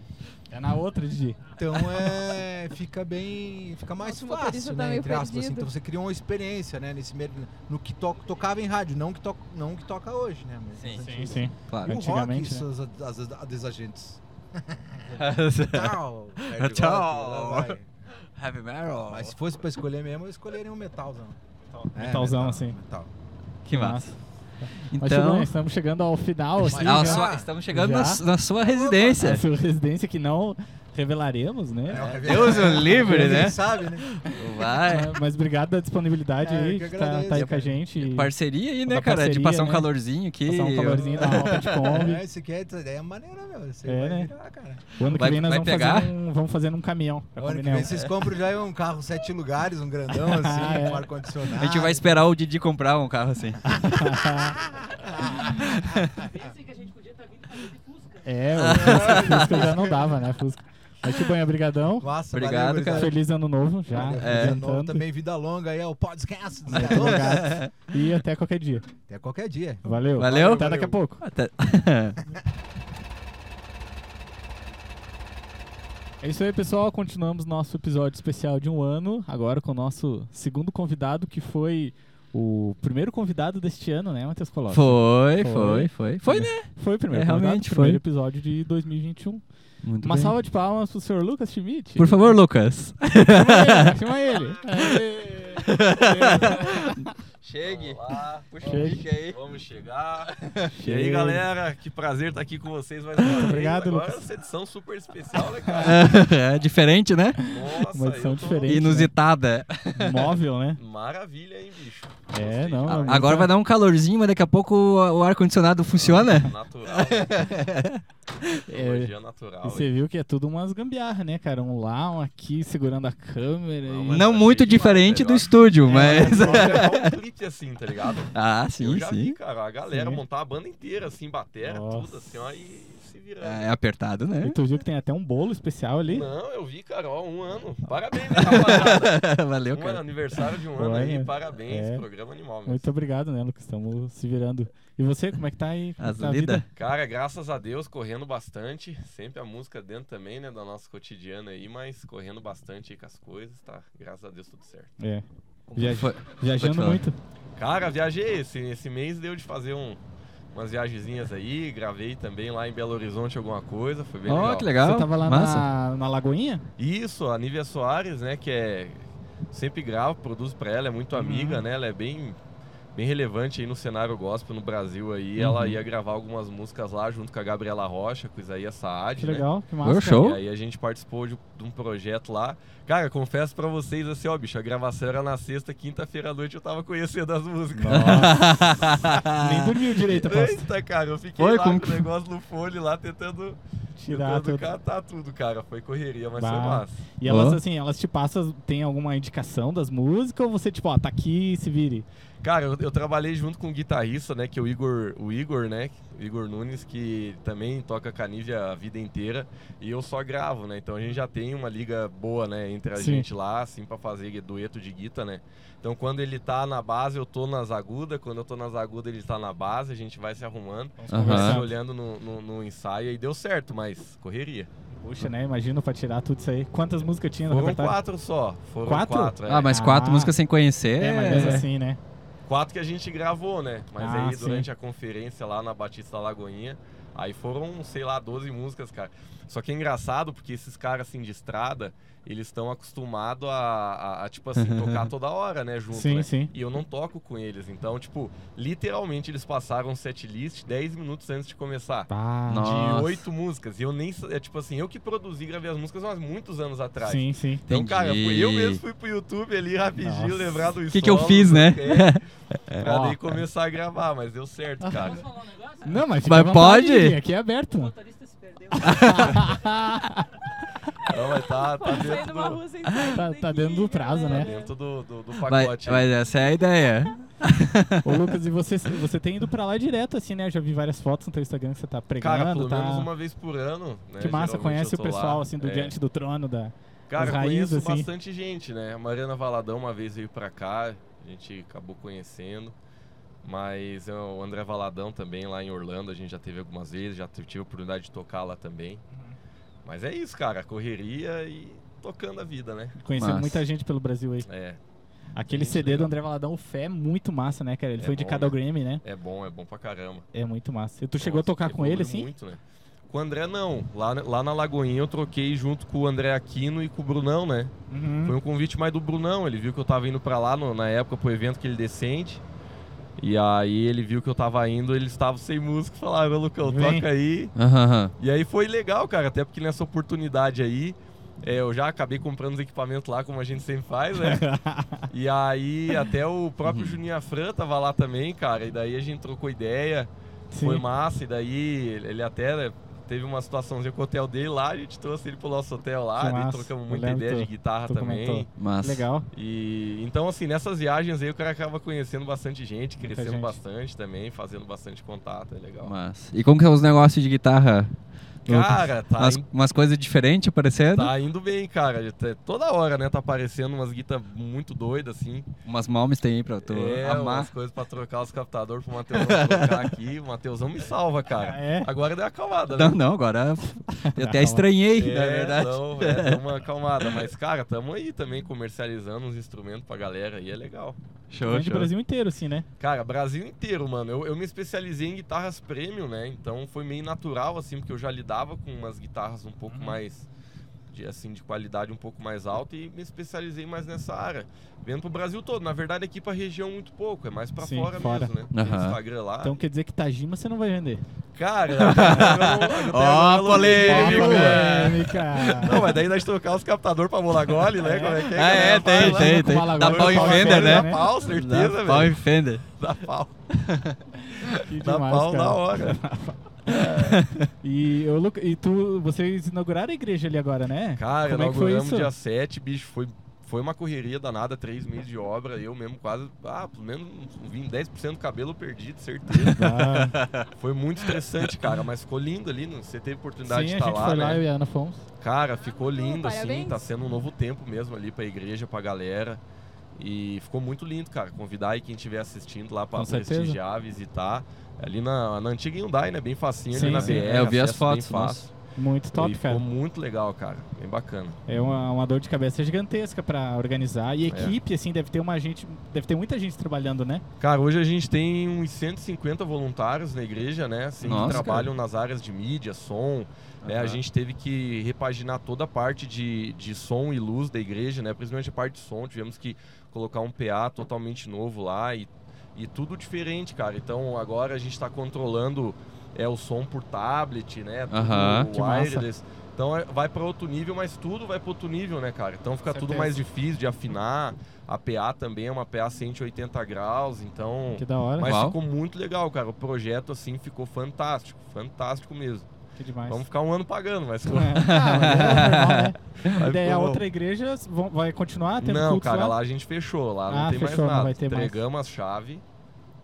[SPEAKER 1] É na outra, Didi.
[SPEAKER 5] então
[SPEAKER 2] [LAUGHS]
[SPEAKER 5] é fica bem, fica mais
[SPEAKER 3] Nossa, o motorista
[SPEAKER 5] fácil,
[SPEAKER 3] tá
[SPEAKER 5] né,
[SPEAKER 3] meio
[SPEAKER 5] entre aspas, assim.
[SPEAKER 3] perdido.
[SPEAKER 5] Então você criou uma experiência, né, nesse meio, no que to tocava em rádio, não que to não que toca hoje, né? Mas
[SPEAKER 2] Sim,
[SPEAKER 5] nas
[SPEAKER 1] Sim,
[SPEAKER 5] antigas.
[SPEAKER 1] sim.
[SPEAKER 5] E
[SPEAKER 2] Claro.
[SPEAKER 5] [LAUGHS] o rock,
[SPEAKER 1] Antigamente, né?
[SPEAKER 5] seus ad- as, as,
[SPEAKER 1] [LAUGHS]
[SPEAKER 5] as agentes. Tal, Red Rock,
[SPEAKER 2] Tal.
[SPEAKER 5] lá vai.
[SPEAKER 2] Heavy metal.
[SPEAKER 5] Mas se fosse pra escolher mesmo, eu escolheria um metalzão. É,
[SPEAKER 1] Metalzão,
[SPEAKER 5] metal,
[SPEAKER 1] assim.
[SPEAKER 5] metal.
[SPEAKER 2] que massa.
[SPEAKER 1] Mas tudo
[SPEAKER 2] Então, é
[SPEAKER 1] bem, estamos chegando ao final, assim,
[SPEAKER 5] Ah,
[SPEAKER 1] já.
[SPEAKER 2] a
[SPEAKER 5] só-
[SPEAKER 2] sua- estamos chegando na,
[SPEAKER 1] Já?
[SPEAKER 2] na sua residência.
[SPEAKER 1] A sua residência que não revelaremos, né?
[SPEAKER 5] É,
[SPEAKER 2] Deus o livre, né?
[SPEAKER 5] [LAUGHS] Ele sabe, né?
[SPEAKER 2] Vai.
[SPEAKER 1] Mas- Mas obrigado da disponibilidade
[SPEAKER 5] É, eu
[SPEAKER 1] aí, de
[SPEAKER 5] que
[SPEAKER 1] tá,
[SPEAKER 5] agradeço,
[SPEAKER 1] tá aí com a
[SPEAKER 5] cara.
[SPEAKER 1] gente. e
[SPEAKER 2] Parceria aí, né,
[SPEAKER 1] Da
[SPEAKER 2] cara? de
[SPEAKER 1] parceria,
[SPEAKER 2] passar um
[SPEAKER 1] né?
[SPEAKER 2] calorzinho aqui.
[SPEAKER 1] Passar um calorzinho na roupa de Kombi.
[SPEAKER 5] É, isso aqui é, essa ideia é maneira, meu. Isso aí
[SPEAKER 1] É,
[SPEAKER 5] vai
[SPEAKER 1] né?
[SPEAKER 5] virar, cara.
[SPEAKER 1] O ano que
[SPEAKER 2] Vai-
[SPEAKER 1] vem nós
[SPEAKER 2] vai
[SPEAKER 1] vamos
[SPEAKER 2] pegar?
[SPEAKER 1] fazer, um, vamos fazer num caminhão. Pra
[SPEAKER 5] A hora que
[SPEAKER 1] combinar.
[SPEAKER 5] vem vocês compram já um carro sete lugares, um grandão
[SPEAKER 1] né? É. [LAUGHS] Ah,
[SPEAKER 5] assim,
[SPEAKER 1] é.
[SPEAKER 5] com ar-condicionado.
[SPEAKER 2] A gente vai esperar o Didi comprar um carro assim.
[SPEAKER 4] Pensem que a gente podia estar vindo fazer de Fusca.
[SPEAKER 1] É, o Fusca, Fusca já não dava, né? Fusca. Mas que banho, obrigadão.
[SPEAKER 5] Massa,
[SPEAKER 2] Obrigado,
[SPEAKER 5] valeu,
[SPEAKER 2] cara.
[SPEAKER 5] gurizada.
[SPEAKER 1] Feliz ano novo já.
[SPEAKER 5] Valeu,
[SPEAKER 2] É.
[SPEAKER 5] feliz ano novo
[SPEAKER 1] adiantando.
[SPEAKER 5] também, vida longa aí, é o podcast. dos
[SPEAKER 1] Muito
[SPEAKER 5] garotos.
[SPEAKER 1] obrigado. E até qualquer dia.
[SPEAKER 5] Até qualquer dia.
[SPEAKER 1] Valeu.
[SPEAKER 2] Valeu.
[SPEAKER 1] Até daqui a
[SPEAKER 5] Valeu.
[SPEAKER 1] pouco.
[SPEAKER 2] Até-
[SPEAKER 1] É isso aí, pessoal. Continuamos nosso episódio especial de um ano, agora com o nosso segundo convidado, que foi o primeiro convidado deste ano, né, Matheus Colossi?
[SPEAKER 2] [LAUGHS] Foi,
[SPEAKER 1] Foi.
[SPEAKER 2] foi, foi. Foi, né?
[SPEAKER 1] Foi o primeiro
[SPEAKER 2] É,
[SPEAKER 1] convidado,
[SPEAKER 2] realmente
[SPEAKER 1] primeiro
[SPEAKER 2] foi.
[SPEAKER 1] episódio de 2021.
[SPEAKER 2] Muito
[SPEAKER 1] Uma
[SPEAKER 2] bem.
[SPEAKER 1] salva de palmas pro senhor Lucas Schmidt.
[SPEAKER 2] Por favor, Lucas.
[SPEAKER 1] Chama ele.
[SPEAKER 6] Chegue. puxa
[SPEAKER 1] o Chegue. mic
[SPEAKER 6] aí. Vamos chegar. E aí, galera, que prazer estar aqui com vocês mais uma vez.
[SPEAKER 1] obrigado,
[SPEAKER 6] Agora
[SPEAKER 1] Lucas.
[SPEAKER 6] essa edição super especial, né, cara?
[SPEAKER 1] [LAUGHS]
[SPEAKER 2] [LAUGHS] é diferente, né?
[SPEAKER 6] Nossa,
[SPEAKER 1] Uma edição
[SPEAKER 6] eu tô-
[SPEAKER 1] diferente.
[SPEAKER 2] Inusitada.
[SPEAKER 1] Móvel, né?
[SPEAKER 6] Maravilha, hein, bicho?
[SPEAKER 1] É,
[SPEAKER 6] Gostei. Ah,
[SPEAKER 1] não, é muito-
[SPEAKER 2] Agora vai dar um calorzinho, mas daqui a pouco o o ar-condicionado funciona.
[SPEAKER 6] Natural. né?
[SPEAKER 1] [LAUGHS] É.
[SPEAKER 6] Tecnologia natural.
[SPEAKER 1] E [LAUGHS] você viu que é tudo umas gambiarra, né, cara? Um lá, um aqui, segurando a câmera.
[SPEAKER 6] Não,
[SPEAKER 1] e-
[SPEAKER 6] mas-
[SPEAKER 2] Não
[SPEAKER 6] tá
[SPEAKER 2] muito
[SPEAKER 6] cheio de
[SPEAKER 2] diferente
[SPEAKER 6] barulho,
[SPEAKER 2] do
[SPEAKER 6] ó.
[SPEAKER 2] estúdio, mas.
[SPEAKER 6] Mas é um clipe assim, tá ligado?
[SPEAKER 2] [LAUGHS] Ah,
[SPEAKER 6] eu
[SPEAKER 2] sim,
[SPEAKER 6] já vi,
[SPEAKER 2] sim.
[SPEAKER 6] cara, a galera
[SPEAKER 1] Sim.
[SPEAKER 6] montar a banda inteira, assim, batera,
[SPEAKER 1] Nossa. Ah,
[SPEAKER 6] tudo assim, ó, e se virando.
[SPEAKER 2] É apertado,
[SPEAKER 1] E
[SPEAKER 2] né?
[SPEAKER 1] tu viu que tem até um bolo especial ali?
[SPEAKER 6] Não, eu vi, cara, ó, um ano.
[SPEAKER 1] [LAUGHS]
[SPEAKER 6] Parabéns, né,
[SPEAKER 2] [LAUGHS]
[SPEAKER 6] rapaziada?
[SPEAKER 2] Valeu,
[SPEAKER 6] um ano,
[SPEAKER 2] cara.
[SPEAKER 6] aniversário de um ano
[SPEAKER 1] Olha,
[SPEAKER 6] aí, parabéns,
[SPEAKER 1] é.
[SPEAKER 6] programa animal. Mesmo.
[SPEAKER 1] Muito obrigado, né, Lucas? Estamos se virando. E você, como é que tá aí? Como
[SPEAKER 2] As
[SPEAKER 1] tá a
[SPEAKER 2] lida.
[SPEAKER 6] Cara, graças a Deus, correndo bastante. Sempre a música dentro também, né, da nossa cotidiana aí, mas correndo bastante aí com as coisas, tá? Graças a Deus, tudo certo.
[SPEAKER 1] É. Viaj-
[SPEAKER 2] Foi- [LAUGHS]
[SPEAKER 1] Viajando
[SPEAKER 2] falar.
[SPEAKER 1] muito.
[SPEAKER 6] Cara, viajei esse, esse mês, deu de fazer um, umas viagenzinhas aí, gravei também lá em Belo Horizonte alguma coisa, foi bem
[SPEAKER 2] Ó,
[SPEAKER 6] legal.
[SPEAKER 2] que legal.
[SPEAKER 1] Você tava lá
[SPEAKER 2] Massa.
[SPEAKER 1] na, na Lagoinha?
[SPEAKER 6] Isso, a Nívia Soares, né, que é sempre gravo, produzo pra ela, é muito
[SPEAKER 2] Uhum.
[SPEAKER 6] amiga, né? Ela é bem bem relevante aí no cenário gospel no Brasil aí.
[SPEAKER 2] Uhum.
[SPEAKER 6] Ela ia gravar algumas músicas lá junto com a Gabriela Rocha, com o Isaías Saad,
[SPEAKER 1] Que
[SPEAKER 6] né?
[SPEAKER 1] legal, que massa.
[SPEAKER 2] Foi o É. show.
[SPEAKER 6] E aí a gente participou de, de um projeto lá. Cara, confesso pra vocês assim, ó, bicho, a gravação era na sexta, quinta-feira à noite eu tava conhecendo as músicas.
[SPEAKER 2] [LAUGHS]
[SPEAKER 1] Nem dormiu direito, aposto.
[SPEAKER 6] Eita, cara, eu fiquei
[SPEAKER 2] Foi,
[SPEAKER 6] lá
[SPEAKER 2] como
[SPEAKER 6] com
[SPEAKER 2] que-
[SPEAKER 6] o negócio no fone lá tentando
[SPEAKER 1] Tirar
[SPEAKER 6] Tentando
[SPEAKER 1] tudo.
[SPEAKER 6] catar tudo, cara. Foi correria, mas foi
[SPEAKER 1] Bah.
[SPEAKER 6] massa.
[SPEAKER 1] E elas,
[SPEAKER 2] Ó.
[SPEAKER 1] assim, elas te passam, tem alguma indicação das músicas ou você, tipo, ó, tá aqui, se vire?
[SPEAKER 6] Cara, eu, eu trabalhei junto com um guitarrista, né, que é o Igor, o Igor, né, o Igor Nunes, que também toca canive a vida inteira, e eu só gravo, né? Então a gente já tem uma liga boa, né, entre a
[SPEAKER 1] Sim.
[SPEAKER 6] gente lá, assim, pra fazer dueto de guita, né? Então quando ele tá na base, eu tô nas agudas, quando eu tô nas agudas, ele tá na base, a gente vai se arrumando, vai se
[SPEAKER 1] Aham.
[SPEAKER 6] olhando no, no, no ensaio e deu certo, mas correria.
[SPEAKER 1] Puxa, né? Imagina pra tirar tudo isso aí. Quantas músicas tinha no
[SPEAKER 6] Foram
[SPEAKER 1] repertório?
[SPEAKER 6] quatro só. Foram
[SPEAKER 1] Quatro?
[SPEAKER 6] quatro, é.
[SPEAKER 2] Ah, mas quatro
[SPEAKER 1] Ah.
[SPEAKER 2] músicas sem conhecer.
[SPEAKER 1] É, mas mesmo assim, né?
[SPEAKER 6] Quatro que a gente gravou, né? Mas
[SPEAKER 1] Ah,
[SPEAKER 6] aí
[SPEAKER 1] sim.
[SPEAKER 6] durante a conferência lá na Batista Lagoinha, aí foram, sei lá, 12 músicas, cara. Só que é engraçado porque esses caras assim de estrada, eles estão acostumados a, a-
[SPEAKER 2] [LAUGHS]
[SPEAKER 6] a, tipo assim, tocar toda hora, né? Junto,
[SPEAKER 1] Sim,
[SPEAKER 6] né?
[SPEAKER 1] sim.
[SPEAKER 6] E eu não toco com eles. Então, tipo, literalmente eles passaram set list 10 minutos antes de começar.
[SPEAKER 1] Pá.
[SPEAKER 2] Nossa.
[SPEAKER 6] De oito músicas. E eu nem. sa- É tipo assim, eu que produzi e gravei as músicas há muitos anos atrás.
[SPEAKER 1] Sim, sim.
[SPEAKER 6] Então, cara, fui- eu
[SPEAKER 2] Entendi.
[SPEAKER 6] mesmo fui pro YouTube ali rapidinho
[SPEAKER 1] Nossa.
[SPEAKER 6] lembrar do
[SPEAKER 2] O que, que eu fiz, né? [LAUGHS]
[SPEAKER 6] Pra
[SPEAKER 1] Ó.
[SPEAKER 6] daí começar a gravar, mas
[SPEAKER 1] [LAUGHS]
[SPEAKER 6] deu certo, cara.
[SPEAKER 4] Posso falar um negócio?
[SPEAKER 1] Não, mas fica
[SPEAKER 2] Mas
[SPEAKER 1] à vontade,
[SPEAKER 2] pode?
[SPEAKER 1] Gui, Aqui é aberto.
[SPEAKER 4] O
[SPEAKER 1] mano.
[SPEAKER 4] motorista se perdeu.
[SPEAKER 6] Não, mas tá, tá
[SPEAKER 3] Pode sair
[SPEAKER 6] dentro
[SPEAKER 3] numa
[SPEAKER 6] do,
[SPEAKER 3] rua sem
[SPEAKER 1] [LAUGHS]
[SPEAKER 3] saída
[SPEAKER 1] Tá- tá dentro do
[SPEAKER 3] aqui,
[SPEAKER 1] prazo, né?
[SPEAKER 6] tá
[SPEAKER 3] galera.
[SPEAKER 6] dentro do, do, do
[SPEAKER 2] Mas,
[SPEAKER 6] pacote.
[SPEAKER 2] mas essa é a ideia.
[SPEAKER 1] Ô, Lucas, e você, você tem ido pra lá direto, assim, né? Eu já vi várias fotos no teu Instagram que você tá pregando,
[SPEAKER 6] Cara, pelo
[SPEAKER 1] tá...
[SPEAKER 6] menos uma vez por ano. Né?
[SPEAKER 1] Que massa,
[SPEAKER 6] geralmente
[SPEAKER 1] conhece
[SPEAKER 6] eu
[SPEAKER 1] o
[SPEAKER 6] tô
[SPEAKER 1] pessoal,
[SPEAKER 6] lá.
[SPEAKER 1] assim, do
[SPEAKER 6] É.
[SPEAKER 1] Diante do Trono, da...
[SPEAKER 6] Cara,
[SPEAKER 1] as raízes,
[SPEAKER 6] conheço
[SPEAKER 1] assim.
[SPEAKER 6] bastante gente, né? A Mariana Valadão uma vez veio pra cá, a gente acabou conhecendo. Mas é, o André Valadão também, lá em Orlando, a gente já teve algumas vezes, já tive a oportunidade de tocar lá também. Mas é isso, cara, correria e tocando a vida, né?
[SPEAKER 1] Conhecendo
[SPEAKER 2] Massa.
[SPEAKER 1] muita gente pelo Brasil aí.
[SPEAKER 6] É,
[SPEAKER 1] Aquele
[SPEAKER 6] Gente,
[SPEAKER 1] CD do
[SPEAKER 6] legal.
[SPEAKER 1] André Valadão, o Fé, é muito massa, né, cara? Ele
[SPEAKER 6] É
[SPEAKER 1] foi
[SPEAKER 6] bom,
[SPEAKER 1] indicado ao
[SPEAKER 6] né?
[SPEAKER 1] Grammy, né?
[SPEAKER 6] é bom, é bom pra caramba.
[SPEAKER 1] É muito massa. E tu chegou a
[SPEAKER 6] Nossa,
[SPEAKER 1] tocar com ele,
[SPEAKER 6] evoluiu
[SPEAKER 1] assim?
[SPEAKER 6] Muito, né? Com o André, não. Lá, lá na Lagoinha eu troquei junto com o André Aquino e com o Brunão, né?
[SPEAKER 1] Uhum.
[SPEAKER 6] Foi um convite mais do Brunão. Ele viu que eu tava indo pra lá no- na época pro evento que ele descende. E aí ele viu que eu tava indo, eles estavam sem música, falaram, "Ô, Lucão,
[SPEAKER 1] Vem."
[SPEAKER 6] toca aí.
[SPEAKER 2] Aham, aham.
[SPEAKER 6] E aí foi legal, cara, até porque nessa oportunidade aí, é, eu já acabei comprando os equipamentos lá, como a gente sempre
[SPEAKER 1] [LAUGHS]
[SPEAKER 6] faz, né? e aí até o próprio
[SPEAKER 1] Uhum.
[SPEAKER 6] Juninho Afran tava lá também, cara, e daí a gente trocou ideia,
[SPEAKER 1] Sim.
[SPEAKER 6] foi massa, e daí ele até né, teve uma situaçãozinha com o hotel dele lá, a gente trouxe ele pro nosso hotel
[SPEAKER 1] Que
[SPEAKER 6] lá, daí
[SPEAKER 1] massa,
[SPEAKER 6] trocamos
[SPEAKER 1] eu
[SPEAKER 6] muita
[SPEAKER 1] lembro
[SPEAKER 6] ideia
[SPEAKER 1] tu-
[SPEAKER 6] de guitarra
[SPEAKER 1] tu
[SPEAKER 6] também.
[SPEAKER 1] comentou.
[SPEAKER 2] Mas.
[SPEAKER 1] Legal.
[SPEAKER 6] E então, assim, nessas viagens aí o cara acaba conhecendo bastante gente,
[SPEAKER 1] Muita
[SPEAKER 6] crescendo
[SPEAKER 1] gente.
[SPEAKER 6] bastante também, fazendo bastante contato, é legal.
[SPEAKER 2] Mas. E como que é os negócios de guitarra?
[SPEAKER 6] Cara, tá
[SPEAKER 2] umas, umas coisas diferentes aparecendo?
[SPEAKER 6] Tá indo bem, cara. Já tá- Toda hora, né? Tá aparecendo umas guitas muito doidas, assim.
[SPEAKER 2] Umas malmes tem aí pra tu
[SPEAKER 6] é,
[SPEAKER 2] amar.
[SPEAKER 6] umas coisas pra trocar os captadores pro Matheusão trocar aqui. O Matheusão me
[SPEAKER 1] [LAUGHS]
[SPEAKER 6] salva, cara.
[SPEAKER 1] É?
[SPEAKER 6] Agora deu uma acalmada,
[SPEAKER 2] Não,
[SPEAKER 6] né?
[SPEAKER 2] não, agora
[SPEAKER 6] [LAUGHS]
[SPEAKER 2] eu até [LAUGHS] estranhei,
[SPEAKER 6] é,
[SPEAKER 2] na verdade.
[SPEAKER 6] Não, é, deu uma acalmada. Mas, cara, tamo aí também comercializando uns instrumentos pra galera aí, é legal.
[SPEAKER 2] Show,
[SPEAKER 1] Vem do
[SPEAKER 2] show.
[SPEAKER 1] Brasil inteiro, assim, né?
[SPEAKER 6] Cara, Brasil inteiro, mano. Eu, eu me especializei em guitarras premium, né? Então foi meio natural, assim, porque eu já lidava com umas guitarras um
[SPEAKER 1] Uhum.
[SPEAKER 6] pouco mais. De, assim, de qualidade um pouco mais alta e me especializei mais nessa área. Vendo pro Brasil todo. Na verdade, aqui pra região muito pouco, é mais pra
[SPEAKER 1] Sim,
[SPEAKER 6] fora,
[SPEAKER 1] fora.
[SPEAKER 6] mesmo, né?
[SPEAKER 2] Aham.
[SPEAKER 6] Tem Instagram lá.
[SPEAKER 1] Então quer dizer que Tajima você não vai vender.
[SPEAKER 2] [LAUGHS]
[SPEAKER 6] Cara, eu não- eu
[SPEAKER 2] Ó,
[SPEAKER 6] tenho-
[SPEAKER 2] polêmico.
[SPEAKER 6] Ó, polêmico.
[SPEAKER 1] polêmica!
[SPEAKER 6] Não, mas daí nós trocar os captadores pra Molagoli, né? Como é que é?
[SPEAKER 2] Ah, é,
[SPEAKER 6] Galera, vai
[SPEAKER 2] tem,
[SPEAKER 6] lá.
[SPEAKER 2] tem,
[SPEAKER 1] com
[SPEAKER 2] tem.
[SPEAKER 1] bala
[SPEAKER 2] Dá
[SPEAKER 1] agora,
[SPEAKER 2] pau em
[SPEAKER 1] bala
[SPEAKER 2] fender,
[SPEAKER 1] agora,
[SPEAKER 6] Dá
[SPEAKER 2] né?
[SPEAKER 6] pau, certeza,
[SPEAKER 2] Dá
[SPEAKER 6] velho.
[SPEAKER 2] pau em fender.
[SPEAKER 6] Dá pau.
[SPEAKER 1] Que
[SPEAKER 6] é. Dá
[SPEAKER 1] demais,
[SPEAKER 6] pau
[SPEAKER 1] cara.
[SPEAKER 6] na hora.
[SPEAKER 1] E, ô, Luca- e tu, vocês inauguraram a igreja ali agora, né?
[SPEAKER 6] Cara,
[SPEAKER 1] Como é que foi
[SPEAKER 6] inauguramos
[SPEAKER 1] isso?
[SPEAKER 6] dia 7, bicho, foi, foi uma correria danada, três meses de obra, eu mesmo quase, ah, pelo menos uns 20, 10% do cabelo eu perdi, de certeza. [LAUGHS]
[SPEAKER 1] Ah,
[SPEAKER 6] foi muito estressante, cara, mas ficou lindo ali, não- você teve oportunidade
[SPEAKER 1] sim,
[SPEAKER 6] de
[SPEAKER 1] a
[SPEAKER 6] estar
[SPEAKER 1] gente
[SPEAKER 6] lá,
[SPEAKER 1] foi
[SPEAKER 6] né?
[SPEAKER 1] lá, eu e a Ana Fomos.
[SPEAKER 6] Cara, ficou lindo, assim,
[SPEAKER 3] parabéns.
[SPEAKER 6] tá sendo um novo tempo mesmo ali pra igreja, pra galera. E ficou muito lindo, cara. Convidar aí quem estiver assistindo lá pra
[SPEAKER 1] Com certeza.
[SPEAKER 6] prestigiar, visitar. Ali na, na antiga Hyundai, né? Bem facinho
[SPEAKER 1] Sim,
[SPEAKER 6] ali na
[SPEAKER 1] sim.
[SPEAKER 6] BR.
[SPEAKER 2] É, eu vi as
[SPEAKER 6] acesso bem
[SPEAKER 2] fotos, nossa.
[SPEAKER 6] fácil.
[SPEAKER 1] Muito top,
[SPEAKER 6] e ficou
[SPEAKER 1] cara.
[SPEAKER 6] muito legal, cara. Bem bacana.
[SPEAKER 1] É uma, uma dor de cabeça gigantesca pra organizar.
[SPEAKER 6] É.
[SPEAKER 1] E equipe, assim, deve ter uma gente. Deve ter muita gente trabalhando, né?
[SPEAKER 6] Cara, hoje a gente tem uns 150 voluntários na igreja, né? Assim,
[SPEAKER 2] Nossa,
[SPEAKER 6] que trabalham nas áreas de mídia, som. Né? A
[SPEAKER 2] Aham.
[SPEAKER 6] gente teve que repaginar toda a parte de, de som e luz da igreja, né? Principalmente a parte de som. Tivemos que colocar um PA totalmente novo lá e, e tudo diferente, cara. Então agora a gente está controlando é, o som por tablet, né? Tudo
[SPEAKER 2] Aham.
[SPEAKER 1] Que massa.
[SPEAKER 6] wireless. Então é- vai para outro nível, mas tudo vai para outro nível, né, cara? Então fica tudo
[SPEAKER 1] Certeza.
[SPEAKER 6] mais difícil de afinar. A PA também é uma PA 180 graus, então.
[SPEAKER 1] Que da hora.
[SPEAKER 6] Mas
[SPEAKER 2] Uau.
[SPEAKER 6] ficou muito legal, cara. O projeto, assim, ficou fantástico. Fantástico mesmo.
[SPEAKER 1] que demais.
[SPEAKER 6] Vamos ficar um ano pagando, mas.
[SPEAKER 1] [LAUGHS]
[SPEAKER 6] [LAUGHS]
[SPEAKER 1] É. Ah, mas é normal, né?
[SPEAKER 6] Aí
[SPEAKER 1] E daí
[SPEAKER 6] ficou
[SPEAKER 1] a
[SPEAKER 6] bom.
[SPEAKER 1] outra igreja s- vão- vai continuar tendo
[SPEAKER 6] Não,
[SPEAKER 1] cultos
[SPEAKER 6] cara,
[SPEAKER 1] lá?
[SPEAKER 6] lá a gente fechou, lá
[SPEAKER 1] Ah,
[SPEAKER 6] não tem
[SPEAKER 1] fechou, não
[SPEAKER 6] mais nada.
[SPEAKER 1] vai ter mais.
[SPEAKER 6] Entregamos a chave